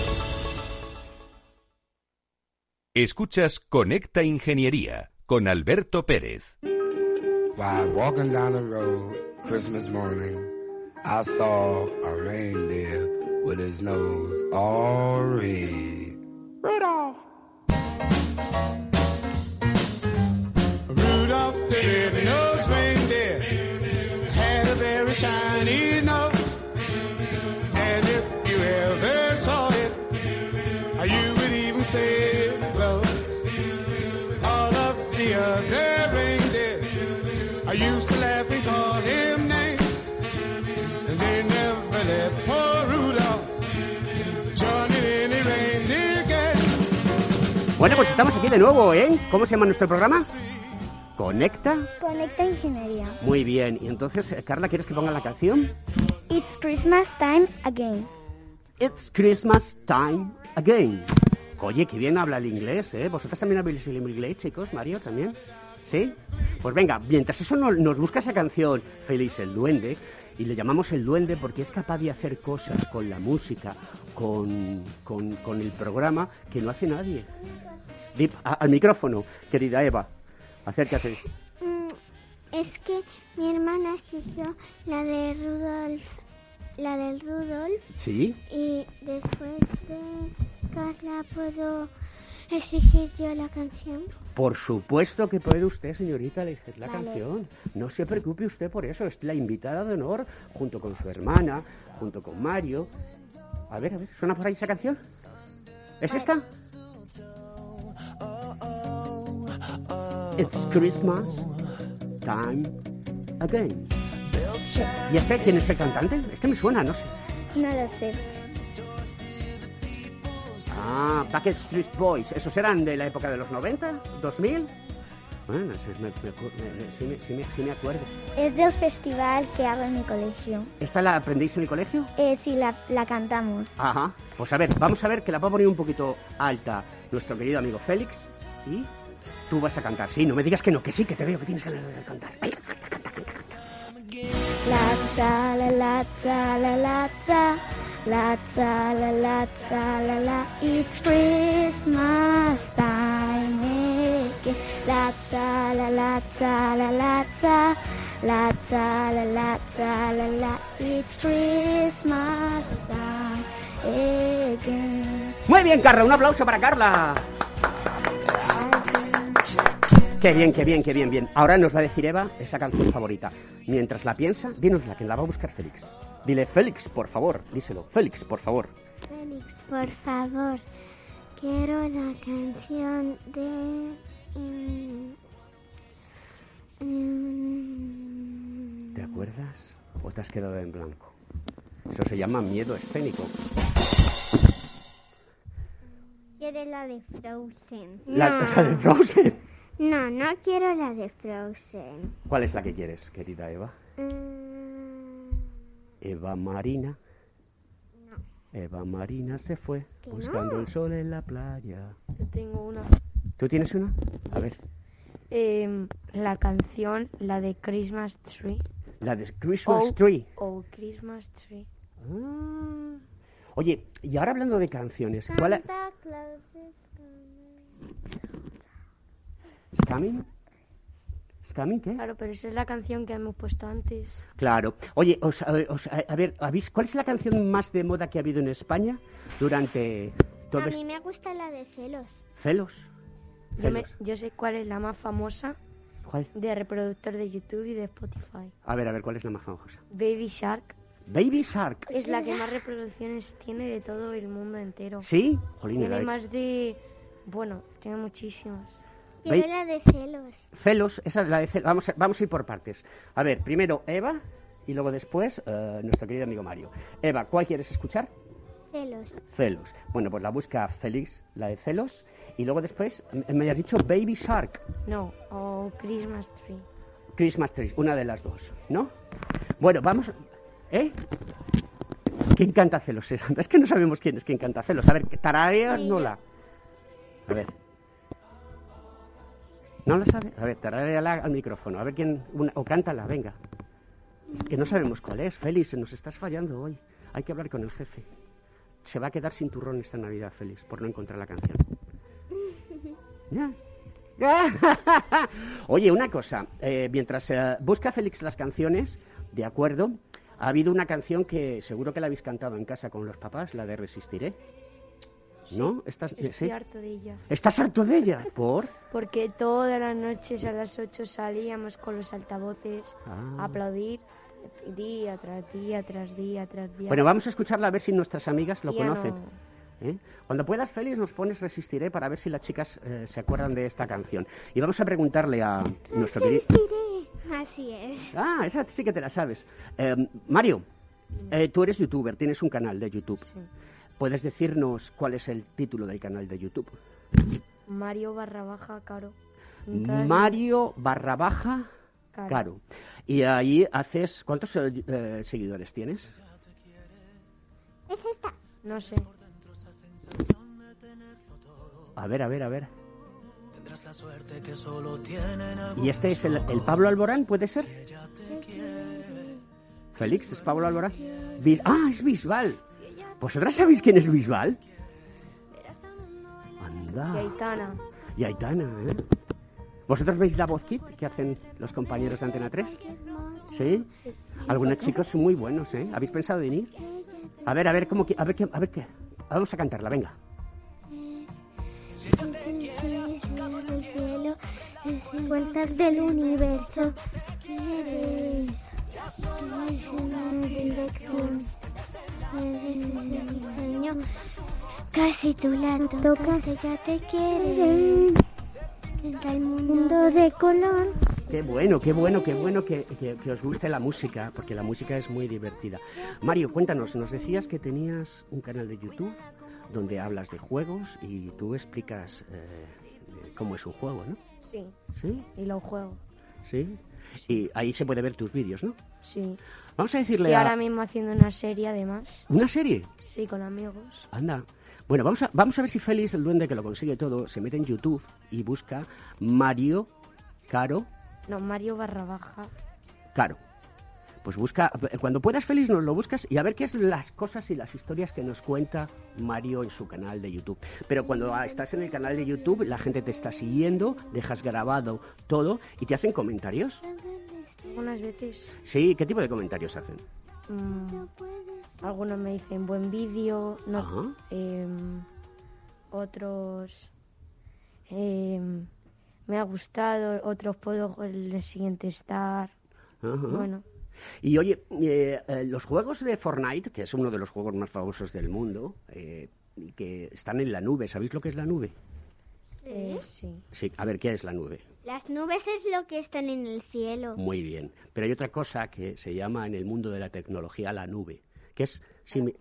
S1: Escuchas Conecta Ingeniería con Alberto Pérez.
S13: While walking down the road Christmas morning, I saw a reindeer with his nose all red. Rudolph! Rudolph the red-nosed reindeer had a very shiny nose. And if you ever saw it, you would even say it glows. All of the other reindeer, I used to laugh and call him names. And they never let poor Rudolph join in any reindeer game.
S4: Bueno, pues estamos aquí de nuevo, ¿eh? ¿Cómo se llama nuestro programa? Conecta.
S2: Conecta Ingeniería.
S4: Muy bien. Y entonces, eh, Carla, ¿quieres que ponga la canción?
S2: It's Christmas time again.
S4: It's Christmas time again. Oye, que bien habla el inglés, ¿eh? ¿Vosotras también habláis el inglés, chicos? ¿Mario también? ¿Sí? Pues venga, mientras eso no- nos busca esa canción, Feliz el Duende, y le llamamos el Duende porque es capaz de hacer cosas con la música, con, con, con el programa, que no hace nadie. Dip, a- al micrófono, querida Eva. Acércate.
S2: Mm, es que mi hermana se hizo la de Rudolf, la del Rudolf,
S4: ¿Sí?
S2: y después de Carla puedo exigir yo la canción.
S4: Por supuesto que puede usted, señorita, elegir la
S2: Vale.
S4: canción. No se preocupe usted por eso. Es la invitada de honor, junto con su hermana, junto con Mario. A ver, a ver, ¿suena por ahí esa canción? ¿Es esta? It's Christmas time again. ¿Y este quién es el cantante? Es que me suena, no sé.
S2: No lo sé.
S4: Ah, Backstreet Boys. ¿Esos eran de la época de los 90? ¿2000? Bueno, sí me, me acu- me- me- sí me- sí me- sí me acuerdo.
S2: Es de un festival que hago en mi colegio.
S4: ¿Esta la aprendéis en el colegio?
S2: Eh, sí, la, la cantamos.
S4: Ajá. Pues a ver, vamos a ver que la va a poner un poquito alta nuestro querido amigo Félix. Y Tú vas a cantar, sí, no me digas que no, que sí, que te veo, que tienes ganas de cantar. Venga, canta, canta, canta, canta.
S2: Lazza, la lazza, la lazza, lazza, la lazza, la la. It's Christmas time again. Lazza, la lazza, la lazza, lazza, la lazza, la la. It's Christmas time again.
S4: Muy bien, Carla, un aplauso para Carla. Qué bien, qué bien, qué bien, bien. Ahora nos va a decir Eva esa canción favorita. Mientras la piensa, dínosla, que la va a buscar Félix. Dile, Félix, por favor, díselo, Félix, por favor.
S2: Félix, por favor, quiero la canción de... mm, mm,
S4: ¿Te acuerdas? ¿O te has quedado en blanco? Eso se llama miedo escénico.
S2: Quiero la de Frozen.
S4: La, la de Frozen.
S2: No, no quiero la de Frozen.
S4: ¿Cuál es la que quieres, querida Eva?
S2: Mm,
S4: Eva Marina. Eva Marina se fue
S3: Que
S4: buscando
S3: no.
S4: el sol en la playa.
S3: Yo tengo una.
S4: ¿Tú tienes una? A ver,
S3: Em, la canción, la de Christmas Tree.
S4: la de Christmas
S3: Oh,
S4: Tree.
S3: Oh, Christmas Tree.
S4: Oye, y ahora hablando de canciones, ¿cuál es?
S2: Santa Claus is coming.
S4: ¿Scamming? ¿Scamming qué?
S3: Claro, pero esa es la canción que hemos puesto antes.
S4: Claro. Oye, os- a, os- eh, a- a ver, ¿habéis- ¿cuál es la canción más de moda que ha habido en España durante todo
S2: A
S4: este...
S2: mí me gusta la de celos.
S4: ¿Celos?
S3: Yo, me-
S4: Celos.
S3: yo sé cuál es la más famosa
S4: ¿Cuál?
S3: de reproductor de YouTube y de Spotify.
S4: A ver, a ver, ¿cuál es la más famosa?
S3: Baby Shark
S4: Baby Shark.
S3: es la que más reproducciones tiene de todo el mundo entero.
S4: ¿Sí? Jolín,
S3: Tiene
S4: la-
S3: más de... Bueno, tiene muchísimas.
S4: Quiero Ve-
S2: la de celos.
S4: Celos, esa es la de celos. Vamos a, vamos a ir por partes. A ver, primero Eva y luego después eh, nuestro querido amigo Mario. Eva, ¿cuál quieres escuchar?
S2: Celos.
S4: Celos. Bueno, pues la busca Félix, la de celos. Y luego después m- me has dicho Baby Shark,
S3: No, o Christmas Tree.
S4: Christmas Tree, una de las dos, ¿no? Bueno, vamos. ¿Eh? ¿Quién canta celos? Es que no sabemos quién es quien canta celos. A ver, tarareanola. A ver. ¿No la sabe? A ver, tarareala al micrófono. A ver quién. una- o cántala, venga. Es que no sabemos cuál es, Félix. Nos estás fallando hoy. Hay que hablar con el jefe. Se va a quedar sin turrón esta Navidad, Félix, por no encontrar la canción. Ya. Oye, una cosa. eh, mientras eh, busca Félix las canciones, de acuerdo, ha habido una canción que seguro que la habéis cantado en casa con los papás, la de Resistiré. ¿No? ¿Estás,
S3: Estoy
S4: sí?
S3: harto de ella.
S4: ¿Estás harto de ella? ¿Por?
S3: Porque todas las noches a las 8 salíamos con los altavoces a
S4: Ah.
S3: aplaudir día tras día, tras día, tras día.
S4: Bueno, vamos a escucharla a ver si nuestras amigas lo
S3: Ya
S4: conocen.
S3: no.
S4: ¿Eh? Cuando puedas, Félix, nos pones Resistiré para ver si las chicas eh, se acuerdan de esta canción. Y vamos a preguntarle a nuestro querido...
S2: Así es.
S4: Ah, esa sí que te la sabes. Eh, Mario, eh, tú eres youtuber, tienes un canal de YouTube. ¿Puedes decirnos cuál es el título del canal de YouTube?
S3: Mario barra baja caro. Nunca-
S4: Mario barra baja
S3: Caro.
S4: caro. Y ahí haces... ¿Cuántos eh, eh, seguidores tienes?
S2: Es esta.
S3: No sé.
S4: A ver, a ver, a ver.
S14: Tendrás la suerte que solo tienen
S4: ¿Y este es el, el Pablo Alborán, puede ser? Félix, ¿es Pablo Alborán? Bis- ah, es Bisbal. ¿Vosotras sabéis quién es Bisbal?
S3: Y
S4: Anda.
S3: Aitana.
S4: Y Aitana, ¿eh? ¿Vosotros veis la voz kit que hacen los compañeros de Antena 3? ¿Sí? Algunos chicos son muy buenos, ¿eh? ¿Habéis pensado en ir? A ver, a ver, ¿cómo que, a ver qué, a ver qué. Vamos a cantarla, venga.
S2: Cuentas del universo. Quieres. Es una dirección. Eres un sueño. Casi tú la tocas, ella te quiere. Está el mundo de color.
S4: Qué bueno, qué bueno, qué bueno que, que- que os guste la música, porque la música es muy divertida. Mario, cuéntanos, nos decías que tenías un canal de YouTube donde hablas de juegos y tú explicas eh, cómo es un juego, ¿no?
S3: Sí.
S4: ¿Sí?
S3: Y lo juego.
S4: ¿Sí? Y ahí se puede ver tus vídeos, ¿no?
S3: Sí.
S4: Vamos a
S3: Y
S4: decirle a...
S3: ahora mismo haciendo una serie además.
S4: ¿Una serie?
S3: Sí, con amigos.
S4: Anda. Bueno, vamos a, vamos a ver si Félix, el duende que lo consigue todo, se mete en YouTube y busca Mario Caro
S3: No, Mario barra baja.
S4: Caro. Pues busca, cuando puedas, Félix, nos lo buscas y a ver qué es las cosas y las historias que nos cuenta Mario en su canal de YouTube. Pero cuando ah, estás en el canal de YouTube, la gente te está siguiendo, dejas grabado todo y te hacen comentarios.
S3: Algunas veces
S4: Sí, ¿qué tipo de comentarios hacen?
S3: mm, algunos me dicen buen vídeo, no,
S4: Ajá.
S3: em, otros em, me ha gustado, otros puedo el siguiente estar.
S4: Ajá.
S3: Bueno,
S4: Y oye, eh, eh, los juegos de Fortnite, que es uno de los juegos más famosos del mundo, eh, y que están en la nube, ¿sabéis lo que es la nube?
S3: eh, sí.
S4: Sí, a ver, ¿qué es la nube?
S2: Las nubes es lo que están en el cielo.
S4: Muy bien. Pero hay otra cosa que se llama en el mundo de la tecnología la nube, que es... simi-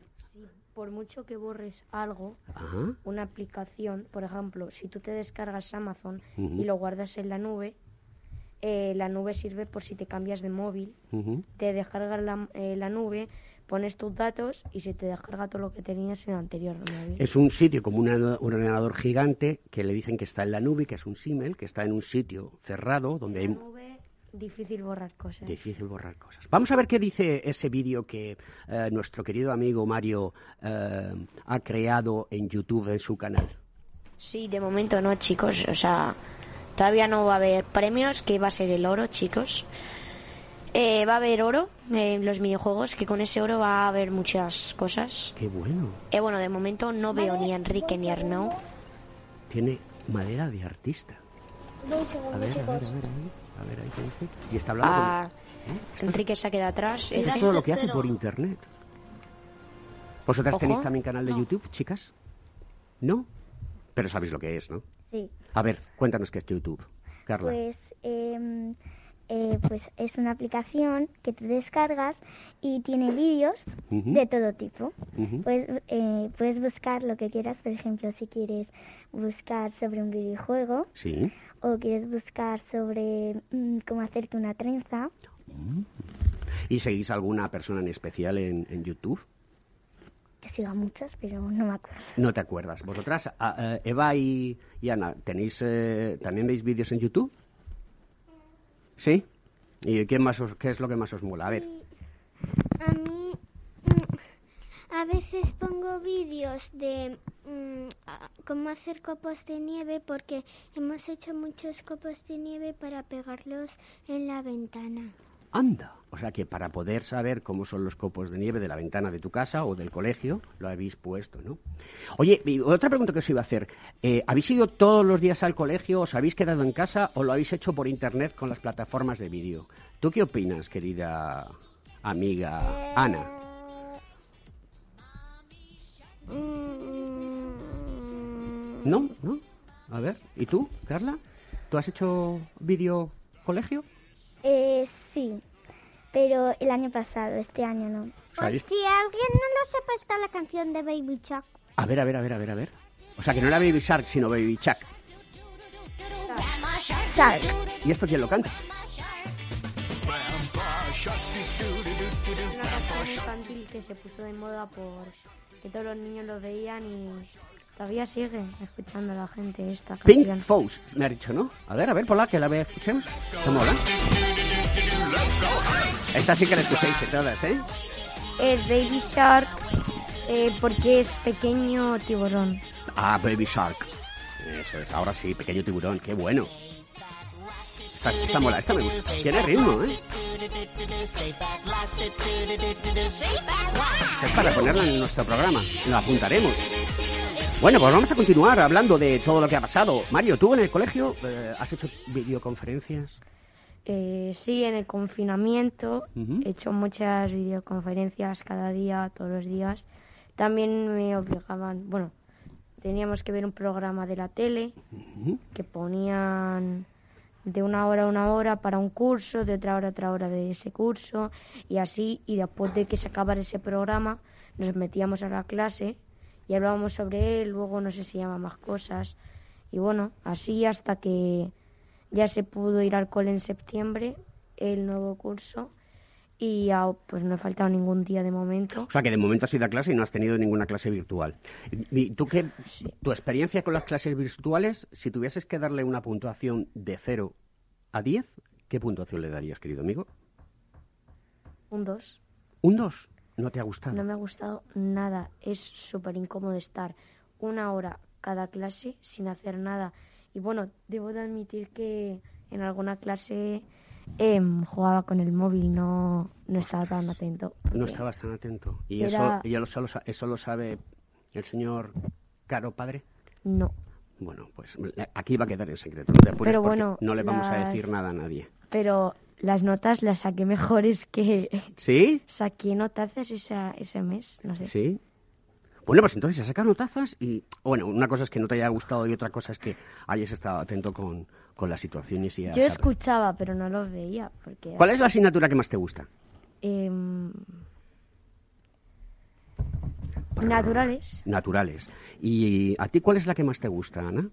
S3: Por mucho que borres algo,
S4: Ajá.
S3: una aplicación, por ejemplo, si tú te descargas Amazon
S4: Ujú.
S3: y lo guardas en la nube, eh, la nube sirve por si te cambias de móvil,
S4: Ujú.
S3: te descargas la, eh, la nube, pones tus datos y se te descarga todo lo que tenías en el anterior móvil.
S4: Es un sitio como un, ano- un ordenador gigante que le dicen que está en la nube, que es un símil, que está en un sitio cerrado donde hay...
S3: En la nube difícil borrar cosas.
S4: Difícil borrar cosas. Vamos a ver qué dice ese vídeo que eh, nuestro querido amigo Mario eh, ha creado en YouTube, en su canal.
S15: Sí, de momento no, chicos. O sea, todavía no va a haber premios, que va a ser el oro, chicos. Eh, va a haber oro en los videojuegos, que con ese oro va a haber muchas cosas.
S4: Qué bueno.
S15: Eh, bueno, de momento no veo ni a Enrique ni a Arnau.
S4: Tiene madera de artista. A ver, a ver, a ver. A ver, a ver, ahí qué dice. Y está hablando... con-
S15: Ah, Enrique se ha quedado atrás.
S4: Eso es todo lo que hace por internet. ¿Vosotras
S15: Ojo.
S4: tenéis también canal de
S15: No.
S4: YouTube, chicas? ¿No? Pero sabéis lo que es, ¿no?
S5: Sí.
S4: A ver, cuéntanos qué es YouTube, Carla.
S5: Pues, em, eh, pues es una aplicación que te descargas y tiene vídeos
S2: Ujú.
S5: de todo tipo.
S2: Ujú.
S5: Puedes, eh, puedes buscar lo que quieras, por ejemplo, si quieres buscar sobre un videojuego
S4: Sí.
S5: o quieres buscar sobre mm, cómo hacerte una trenza.
S4: ¿Y seguís alguna persona en especial en, en YouTube?
S5: Yo sigo a muchas, pero no me acuerdo.
S4: No te acuerdas. ¿Vosotras, a- a- Eva y, y Ana, tenéis eh, también veis vídeos en YouTube? ¿Sí? ¿Y quién más os- qué es lo que más os mola? A ver.
S2: A mí mm, a veces pongo vídeos de mm, a- cómo hacer copos de nieve porque hemos hecho muchos copos de nieve para pegarlos en la ventana.
S4: Anda. O sea que para poder saber cómo son los copos de nieve de la ventana de tu casa o del colegio, lo habéis puesto, ¿no? Oye, y otra pregunta que os iba a hacer. Eh, ¿Habéis ido todos los días al colegio? ¿Os habéis quedado en casa o lo habéis hecho por internet con las plataformas de vídeo? ¿Tú qué opinas, querida amiga Ana?
S2: Mm,
S4: ¿No? ¿No? A ver, ¿y tú, Carla? ¿Tú has hecho vídeo colegio?
S5: Eh, sí, pero el año pasado, este año no.
S4: ¿Sabéis?
S2: Si alguien no lo sepa, está la canción de Baby Chuck.
S4: A ver, a ver, a ver, a ver, a ver. O sea, que no era Baby Shark, sino Baby Chuck. ¿Y esto quién lo canta?
S3: Una canción infantil que se puso de moda por que todos los niños lo veían y todavía sigue escuchando la gente esta
S4: Pink
S3: canción.
S4: Fox, me ha dicho, ¿no? A ver, a ver, la que la vez escuchemos. ¿Cómo mola? Esta sí que la escucháis de todas, ¿eh?
S3: Es Baby Shark eh, porque es pequeño tiburón.
S4: Ah, Baby Shark. Eso es, ahora sí, pequeño tiburón, qué bueno. Esta, esta mola, esta me gusta. Tiene ritmo, ¿eh? Esa Es para ponerla en nuestro programa, la apuntaremos. Bueno, pues vamos a continuar hablando de todo lo que ha pasado. Mario, ¿tú en el colegio eh, has hecho videoconferencias?
S3: Eh, sí, en el confinamiento
S4: Ujú.
S3: he hecho muchas videoconferencias cada día, todos los días. También me obligaban, bueno, teníamos que ver un programa de la tele que ponían de una hora a una hora para un curso, de otra hora a otra hora de ese curso y así. Y después de que se acabara ese programa, nos metíamos a la clase y hablábamos sobre él, luego no sé si llama más cosas. Y bueno, así hasta que ya se pudo ir al cole en septiembre, el nuevo curso, y ya pues no he faltado ningún día de momento.
S4: O sea, que de momento has ido a clase y no has tenido ninguna clase virtual. ¿Y tú qué, tu experiencia con las clases virtuales, si tuvieses que darle una puntuación de 0 a 10, ¿qué puntuación le darías, querido amigo?
S3: Un 2.
S4: ¿Un 2? ¿No te ha gustado?
S3: No me ha gustado nada. Es súper incómodo estar una hora cada clase sin hacer nada. Y bueno, debo de admitir que en alguna clase em, jugaba con el móvil, no, no estaba tan atento.
S4: No
S3: porque-
S4: estabas tan atento. ¿Y
S3: Era-
S4: eso, y eso, lo, sa- eso lo sabe el señor Caro Padre?
S3: No.
S4: Bueno, pues la- aquí va a quedar en secreto. No te apures
S3: Pero
S4: porque
S3: bueno,
S4: no le vamos a
S3: las-
S4: decir nada a nadie.
S3: Pero las notas las saqué mejores que...
S4: ¿Sí?
S3: Saqué notazas esa, ese mes, no sé.
S4: Sí. Bueno, pues entonces a sacar notazas y, bueno, una cosa es que no te haya gustado y otra cosa es que hayas estado atento con, con las situaciones y a
S3: Yo
S4: saber.
S3: escuchaba, pero no los veía. Porque
S4: ¿Cuál es la asignatura que más te gusta?
S3: Em, naturales.
S4: Naturales. ¿Y a ti cuál es la que más te gusta, Ana?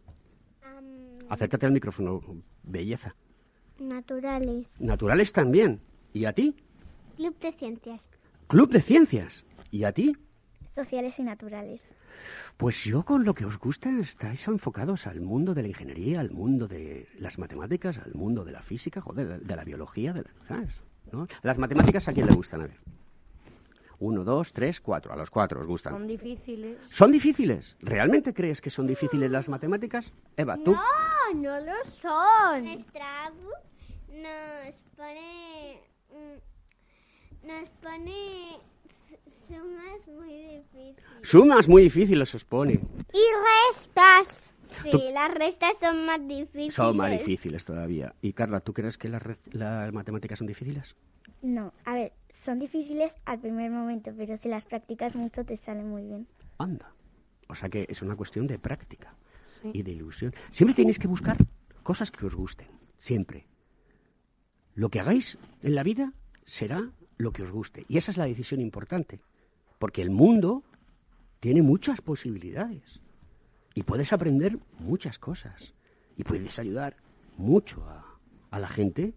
S4: Acércate al micrófono, belleza.
S2: Naturales.
S4: Naturales también. ¿Y a ti?
S2: Club de Ciencias.
S4: Club de Ciencias. ¿Y a ti?
S5: Sociales y naturales.
S4: Pues yo con lo que os gusta estáis enfocados al mundo de la ingeniería, al mundo de las matemáticas, al mundo de la física, joder, de la biología, de la- ¿sabes? ¿No? Las matemáticas a quién le gustan, a ver. Uno, dos, tres, cuatro. A los cuatro os gustan.
S3: Son difíciles.
S4: ¿Son difíciles? ¿Realmente crees que son difíciles las matemáticas? Eva, tú.
S2: No, ¡Ah, no lo son. Nuestra abu nos pone. mm, Nos pone sumas muy difíciles.
S4: Sumas muy difíciles os pone.
S2: Y restas.
S4: Tú-
S2: Sí, las restas son más difíciles.
S4: Son más difíciles todavía. Y Carla, ¿tú crees que las, re- las matemáticas son difíciles?
S5: No, a ver, son difíciles al primer momento, pero si las practicas mucho te salen muy bien.
S4: Anda. O sea que es una cuestión de práctica
S5: Sí.
S4: y de ilusión. Siempre tenéis que buscar cosas que os gusten. Siempre. Lo que hagáis en la vida será lo que os guste. Y esa es la decisión importante. Porque el mundo tiene muchas posibilidades. Y puedes aprender muchas cosas. Y puedes ayudar mucho a, a la gente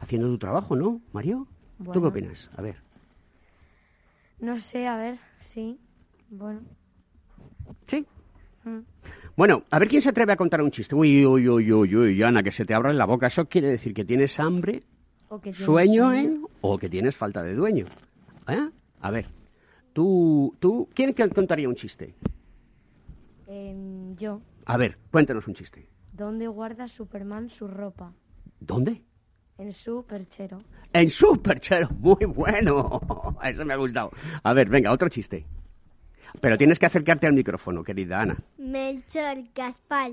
S4: haciendo tu trabajo, ¿no, Mario? ¿Tú qué
S3: Bueno.
S4: opinas? A ver.
S3: No sé, a ver, sí. Bueno.
S4: Sí.
S3: Mm.
S4: Bueno, a ver quién se atreve a contar un chiste. Uy, uy, uy, uy, uy, Ana, que se te abra en la boca. Eso quiere decir que tienes hambre,
S3: O que tienes
S4: sueño,
S3: sueño.
S4: ¿eh? O que tienes falta de dueño. ¿Eh? A ver, tú, tú, ¿quién que contaría un chiste?
S3: Em, yo.
S4: A ver, cuéntanos un chiste.
S3: ¿Dónde guarda Superman su ropa?
S4: ¿Dónde?
S3: En su perchero.
S4: En Superchero. Muy bueno. Eso me ha gustado. A ver, venga, otro chiste. Pero tienes que acercarte al micrófono, querida Ana.
S2: Melchor, Gaspar,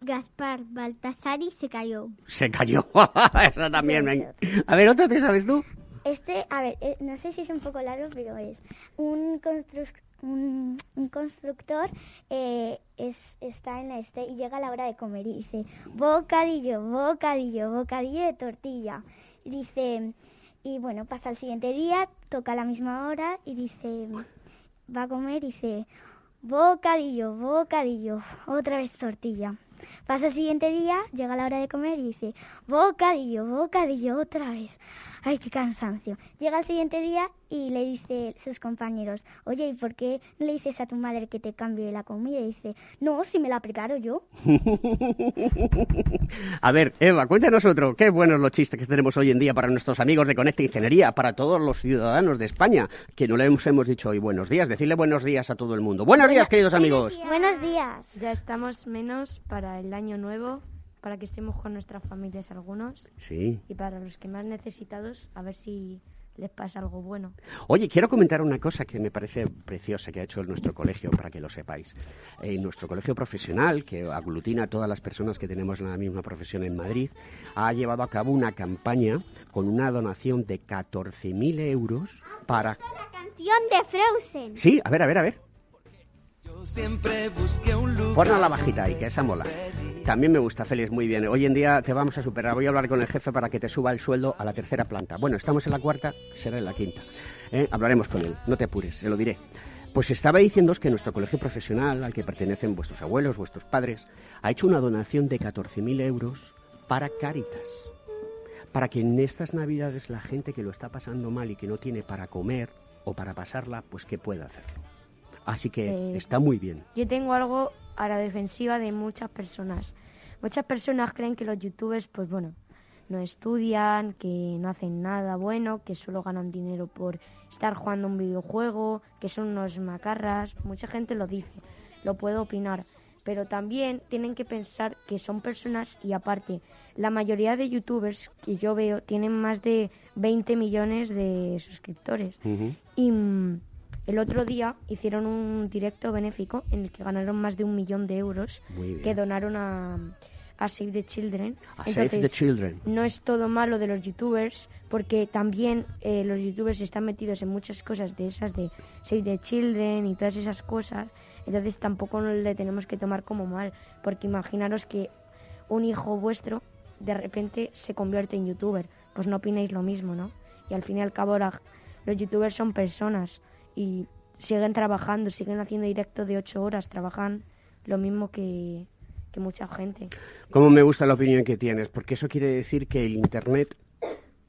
S2: Gaspar, Baltasar y se cayó.
S4: Se cayó. Eso también. me- A ver, otro te sabes tú.
S5: Este, a ver, eh, no sé si es un poco largo, pero es un, construc- un, un constructor eh, es, está en la este y llega la hora de comer y dice, bocadillo, bocadillo, bocadillo de tortilla. Y dice, y bueno, pasa el siguiente día, toca a la misma hora y dice, va a comer y dice, bocadillo, bocadillo, otra vez tortilla. Pasa el siguiente día, llega la hora de comer y dice, bocadillo, bocadillo, otra vez. Ay, qué cansancio. Llega el siguiente día y le dice sus compañeros, oye, ¿y por qué no le dices a tu madre que te cambie la comida? Y dice, no, si me la preparo yo.
S4: A ver, Eva, cuéntanos otro. Qué buenos los chistes que tenemos hoy en día para nuestros amigos de Conecta Ingeniería, para todos los ciudadanos de España, que no les hemos dicho hoy buenos días. Decirle buenos días a todo el mundo. Buenos días, queridos amigos.
S5: Buenos días.
S3: Ya estamos menos para el año nuevo, para que estemos con nuestras familias algunos
S4: Sí.
S3: y para los que más necesitados, a ver si les pasa algo bueno.
S4: Oye, quiero comentar una cosa que me parece preciosa que ha hecho nuestro colegio, para que lo sepáis. Eh, nuestro colegio profesional, que aglutina a todas las personas que tenemos la misma profesión en Madrid, ha llevado a cabo una campaña con una donación de 14.000 euros para...
S2: Canción de Frozen.
S4: Sí, a ver, a ver, a ver.
S14: Yo siempre busqué un lugar.
S4: Ponla la bajita ahí, que esa mola. También me gusta, Félix, muy bien. Hoy en día te vamos a superar. Voy a hablar con el jefe para que te suba el sueldo a la tercera planta. Bueno, estamos en la cuarta, será en la quinta. ¿Eh? Hablaremos con él, no te apures, se lo diré. Pues estaba diciéndoos que nuestro colegio profesional, al que pertenecen vuestros abuelos, vuestros padres, ha hecho una donación de 14.000 euros para Cáritas. para que en estas navidades la gente que lo está pasando mal y que no tiene para comer o para pasarla, pues que pueda hacerlo. Así que
S3: Eh,
S4: está muy bien.
S3: Yo tengo algo a la defensiva de muchas personas. Muchas personas creen que los youtubers, pues bueno, no estudian, que no hacen nada bueno, que solo ganan dinero por estar jugando un videojuego, que son unos macarras. Mucha gente lo dice, lo puedo opinar. Pero también tienen que pensar que son personas y aparte, la mayoría de youtubers que yo veo tienen más de 20 millones de suscriptores. Y mm, el otro día hicieron un directo benéfico en el que ganaron más de un millón de euros
S4: Muy bien.
S3: que donaron a, a Save the Children.
S4: A Save the Children.
S3: No es todo malo de los youtubers, porque también eh, los youtubers están metidos en muchas cosas de esas de Save the Children y todas esas cosas. Entonces tampoco le tenemos que tomar como mal, porque imaginaros que un hijo vuestro de repente se convierte en youtuber. Pues no opinéis lo mismo, ¿no? Y al fin y al cabo la- los youtubers son personas y siguen trabajando, siguen haciendo directo de 8 horas, trabajan lo mismo que, que mucha gente.
S4: ¿Cómo me gusta la opinión que tienes? Porque eso quiere decir que el Internet,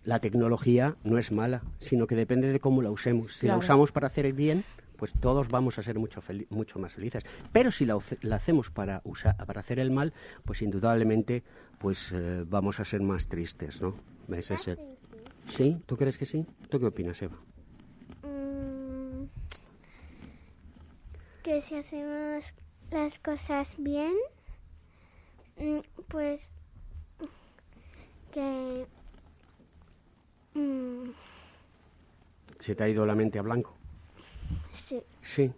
S4: la tecnología, no es mala, sino que depende de cómo la usemos. Si
S3: Claro.
S4: la usamos para hacer el bien, pues todos vamos a ser mucho, fel- mucho más felices. Pero si la, uce- la hacemos para, usa- para hacer el mal, pues indudablemente pues eh, vamos a ser más tristes, ¿no? Ese es el- ¿Sí? ¿Tú crees que sí? ¿Tú qué opinas, Eva?
S2: Mm, que si hacemos las cosas bien, mm, pues que... mm,
S4: ¿Se te ha ido la mente a blanco?
S2: sí.
S4: Sí.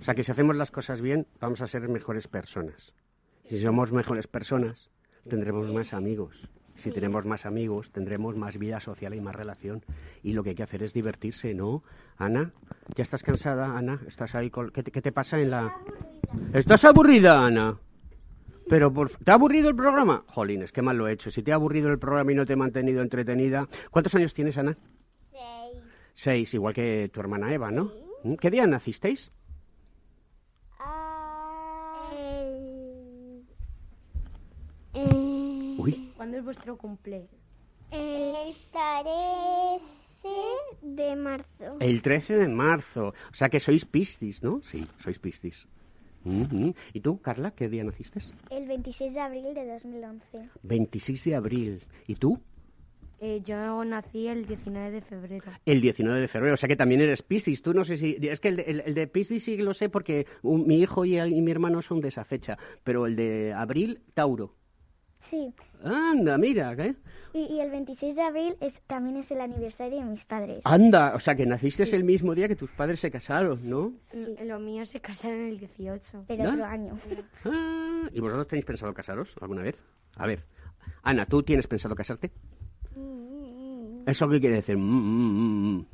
S4: O sea, que si hacemos las cosas bien, vamos a ser mejores personas. Si somos mejores personas, tendremos más amigos. Si tenemos más amigos, tendremos más vida social y más relación. Y lo que hay que hacer es divertirse, ¿no? Ana, ¿ya estás cansada, Ana? ¿Estás ahí col- ¿Qué, te, qué te pasa en la...? ¿Estás aburrida, Ana? Pero por... ¿Te ha aburrido el programa? Jolines, qué mal lo he hecho. Si te ha aburrido el programa y no te he mantenido entretenida... ¿Cuántos años tienes, Ana? Seis, igual que tu hermana Eva, ¿no? ¿Mm? ¿Qué día nacisteis? Uy.
S3: ¿Cuándo es vuestro cumple?
S2: El 13 de marzo.
S4: El 13 de marzo. O sea que sois pistis, ¿no? Sí, sois pistis. Mm, mm. ¿Y tú, Carla, qué día naciste?
S5: El 26 de abril de 2011.
S4: 26 de abril. ¿Y tú?
S3: Eh, yo nací el 19 de febrero.
S4: El 19 de febrero. O sea que también eres pistis. Tú no sé si... Es que el de, el- el de pistis sí lo sé porque un- mi hijo y, el- y mi hermano son de esa fecha. Pero el de abril, Tauro.
S5: Sí,
S4: Anda, mira, ¿eh?
S5: y, y el 26 de abril es, también es el aniversario de mis padres.
S4: Ah, Anda, o sea que naciste el mismo día que tus padres se casaron, ¿no?
S3: Lo- Lo mío se casaron el 18.
S4: Pero ¿Ya? otro
S5: año.
S4: Ah, ¿Y vosotros tenéis pensado casaros alguna vez? A ver, Ana, ¿tú tienes pensado casarte? ¿Eso qué quiere decir? Mm, mm, mm,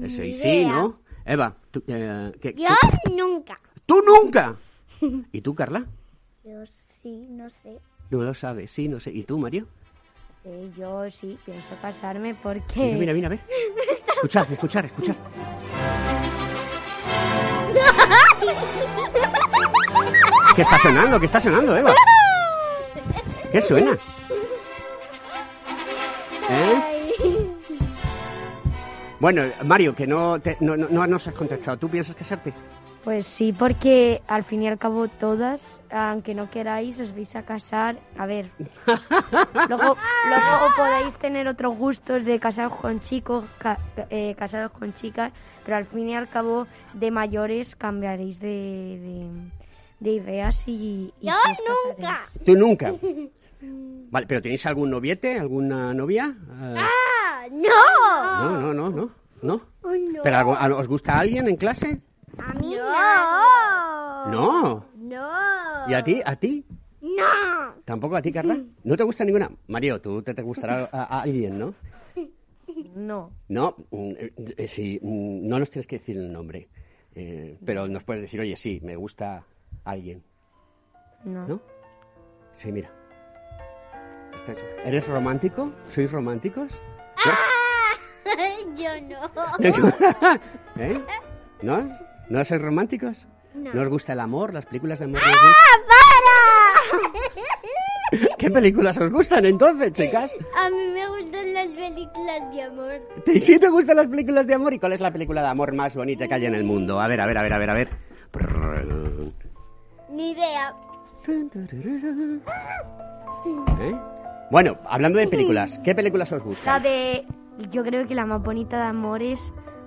S4: mm. Ese y
S2: Ni
S4: sí,
S2: idea.
S4: ¿no? Eva, ¿tú, eh, ¿qué-
S2: Yo
S4: qué-
S2: nunca.
S4: ¿tú nunca? ¿Y tú, Carla?
S5: Yo sí, no sé.
S4: No lo sabes, sí, no sé. ¿Y tú, Mario?
S3: Eh, yo sí pienso casarme porque...
S2: Eh.
S4: Mira, mira, mira, a ver. Escuchad, escuchad, escuchad. ¿Qué está sonando? ¿Qué está sonando, Eva? ¿Qué suena? ¿Eh? Bueno, Mario, que no, te- no, no, no nos has contestado. ¿Tú piensas casarte?
S3: Pues sí, porque al fin y al cabo todas, aunque no queráis, os vais a casar. A ver. luego, luego podéis tener otros gustos de casaros con chicos, ca- eh, casaros con chicas, pero al fin y al cabo de mayores cambiaréis de, de, de ideas y... y
S2: Yo
S3: sí os
S2: nunca.
S4: ¿Tú nunca? Vale, pero ¿tenéis algún noviete? ¿Alguna novia? Eh,
S2: ¡Ah! ¡No!
S4: no, no, no, no. ¿No?
S2: Uy, no.
S4: ¿Pero algo- a- os gusta alguien en clase?
S2: ¡A mí no!
S4: No.
S2: ¡No!
S4: ¿Y a ti? ¿A ti?
S2: ¡No!
S4: ¿Tampoco a ti, Carla? ¿No te gusta ninguna? Mario, tú te, te gustará a, a alguien, ¿no?
S3: No.
S4: No, mm, eh, sí, mm, no nos tienes que decir el nombre. eh, pero nos puedes decir, oye, sí, me gusta alguien.
S3: No.
S4: ¿No? Sí, mira. Esta es- ¿Eres romántico? ¿Sois románticos?
S2: Yo no.
S4: ¿Eh? ¿No? ¿No sois románticos?
S2: No.
S4: os gusta el amor? ¿Las películas de amor no os
S2: ¡Ah, para!
S4: gustan? ¿Qué películas os gustan entonces, chicas?
S16: A mí me gustan las películas de amor.
S4: ¿Te, ¿Sí te gustan las películas de amor? ¿Y cuál es la película de amor más bonita que hay en el mundo? A ver, a ver, a ver, a ver, a ver. Prrrr.
S16: Ni idea.
S4: ¿Eh? Bueno, hablando de películas, ¿qué películas os
S3: La
S4: gustan?
S3: de. Yo creo que la más bonita de amor es.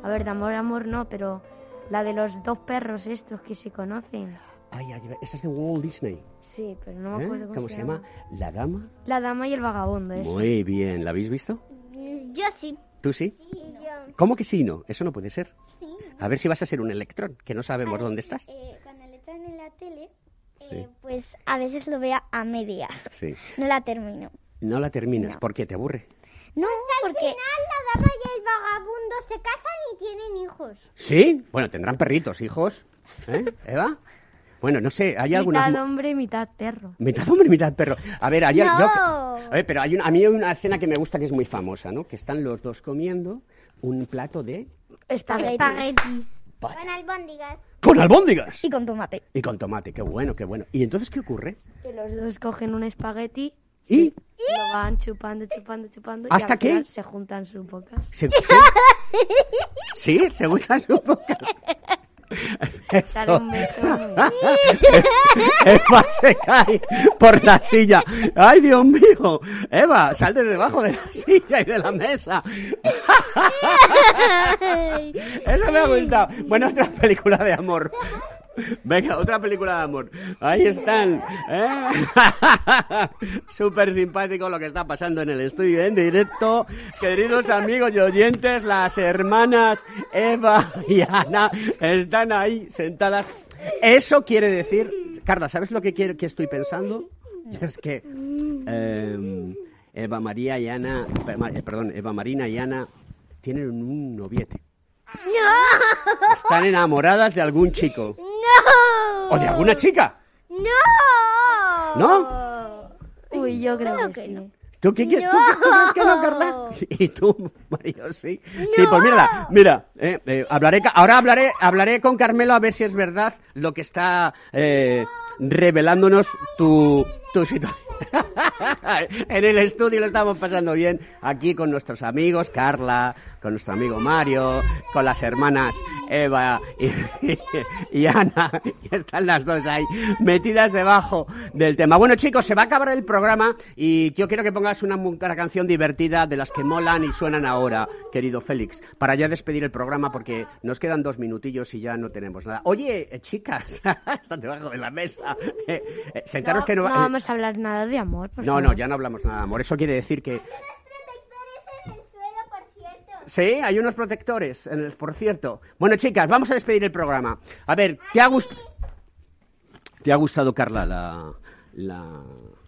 S3: A ver, de amor, amor no, pero. La de los dos perros estos que se conocen.
S4: Ay, ay, esa es de Walt Disney.
S3: Sí, pero no me
S4: ¿eh?
S3: acuerdo cómo,
S4: se llama? La Dama.
S3: La dama y el vagabundo, eso.
S4: Muy bien, ¿la habéis visto?
S16: Yo sí.
S4: ¿Tú sí? ¿Cómo que sí y no? Eso no puede ser. A ver si vas a ser un electrón, que no sabemos dónde estás.
S5: Eh, cuando le echan en la tele,
S4: Sí,
S5: pues a veces lo veo a medias.
S4: sí.
S5: No la termino.
S4: No la terminas, porque te aburre.
S5: No, porque...
S16: Pues final la dama y el vagabundo se casan y tienen hijos.
S4: ¿Sí? Bueno, tendrán perritos, hijos. ¿Eh, Eva? Bueno, no sé, hay algunas...
S3: Mitad hombre, mitad perro.
S4: Mitad hombre, mitad perro. A ver, ayer
S3: No.
S4: yo... A ver, pero hay una- a mí hay una escena que me gusta que es muy famosa, ¿no? Que están los dos comiendo un plato de...
S3: Espaguetis.
S16: Con albóndigas.
S4: ¡Con albóndigas!
S5: Y con tomate.
S4: Y con tomate, qué bueno, qué bueno. ¿Y entonces qué ocurre?
S3: Que los dos cogen un espagueti.
S4: ¿Y?
S3: Lo van chupando, chupando, chupando. y
S4: ¿Hasta
S3: al final
S4: qué?
S3: Se juntan sus bocas.
S4: Se- ¿Sí? ¿Sí? ¿Se gustan sus bocas? Esto-
S3: Dale un beso.
S4: Eva se cae por la silla. ¡Ay, Dios mío! Eva, sal de debajo de la silla y de la mesa. Eso me ha gustado. Bueno, otra película de amor. Venga, otra película de amor. Ahí están. ¿eh? Súper simpático lo que está pasando en el estudio en directo. Queridos amigos y oyentes, las hermanas Eva y Ana están ahí sentadas. Eso quiere decir, Carla, ¿sabes lo que, quiero, que estoy pensando? Es que eh, Eva María y Ana, eh, perdón, Eva Marina y Ana tienen un noviete.
S16: ¡No!
S4: Están enamoradas de algún chico.
S16: ¡No!
S4: O de alguna chica.
S16: ¡No!
S4: ¿No?
S3: Uy, yo creo,
S16: Creo
S3: que,
S16: que
S3: sí.
S4: ¿Tú qué quieres? ¿Tú, tú- tú crees que no, Carla? ¿Y tú, Mario? Sí. Sí,
S3: No.
S4: pues mira, mira, eh, eh, hablaré, ca- ahora hablaré, hablaré con Carmelo a ver si es verdad lo que está eh, revelándonos tu, tu situación. en el estudio lo estamos pasando bien, aquí con nuestros amigos, Carla, con nuestro amigo Mario, con las hermanas Eva y, y Ana, y están las dos ahí metidas debajo del tema. Bueno chicos, se va a acabar el programa y yo quiero que pongas una, mu- una canción divertida de las que molan y suenan ahora, querido Félix, para ya despedir el programa porque nos quedan dos minutillos y ya no tenemos nada. Oye, eh, chicas, están debajo de la mesa. Eh, eh, sentaros que no, va-
S3: vamos a hablar nada de amor. por
S4: no, no,
S3: favor.
S4: ya no hablamos nada de amor. Eso quiere decir que. Sí, hay unos protectores, en el, por cierto. Bueno, chicas, vamos a despedir el programa. A ver, ¿te ha, gust- ¿te ha gustado, Carla, la, la,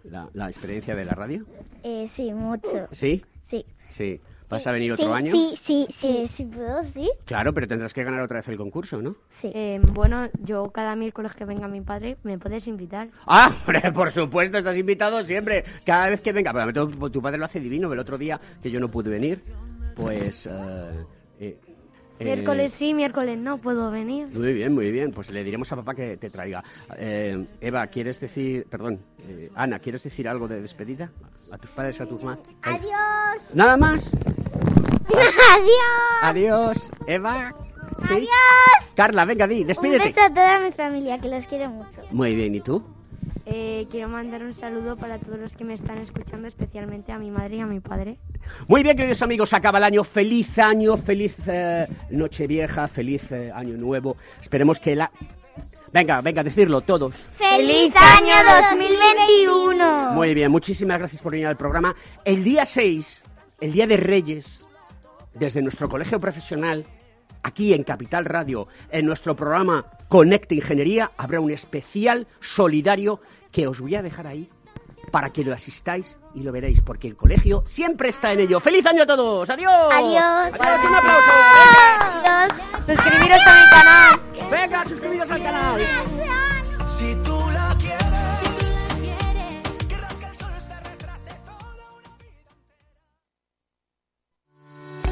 S4: la, la experiencia de la radio?
S5: Eh, sí, mucho.
S4: ¿Sí?
S5: Sí.
S4: Sí. ¿Vas a venir otro
S5: sí,
S4: año?
S5: Sí, sí, sí. si puedo, sí.
S4: Claro, pero tendrás que ganar otra vez el concurso, ¿no?
S3: Eh, bueno, yo cada miércoles que venga mi padre, ¿me puedes invitar?
S4: Ah, hombre, por supuesto, estás invitado siempre. Cada vez que venga, pero tu, tu padre lo hace divino. El otro día que yo no pude venir, pues. eh, eh, eh,
S3: Miércoles sí, miércoles no, puedo venir.
S4: Muy bien, muy bien. Pues le diremos a papá que te traiga. Eh, Eva, ¿quieres decir, perdón, eh, Ana, ¿quieres decir algo de despedida? A tus padres, a tus madres.
S16: Adiós.
S4: Nada más.
S5: Adiós.
S4: Adiós, Eva. ¿Sí?
S5: Adiós.
S4: Carla, venga, di,
S5: Un
S4: despídete.
S5: beso a toda mi familia, que los quiero mucho.
S4: Muy bien, ¿y tú?
S3: Eh, quiero mandar un saludo para todos los que me están escuchando, especialmente a mi madre y a mi padre.
S4: Muy bien, queridos amigos, acaba el año. Feliz año, feliz eh, Nochevieja, feliz eh, año nuevo. Esperemos que la. Venga, venga, decirlo todos.
S16: ¡Feliz año 2021!
S4: Muy bien, muchísimas gracias por venir al programa. El día 6, el día de Reyes, desde nuestro colegio profesional, aquí en Capital Radio, en nuestro programa Conecta Ingeniería, habrá un especial solidario que os voy a dejar ahí para que lo asistáis y lo veréis, porque el colegio siempre está en ello. ¡Feliz año a todos! ¡Adiós!
S16: Adiós.
S4: ¡Adiós! ¡Un aplauso!
S16: Suscribiros a mi canal.
S4: Venga, suscribiros al canal.
S14: Si tú la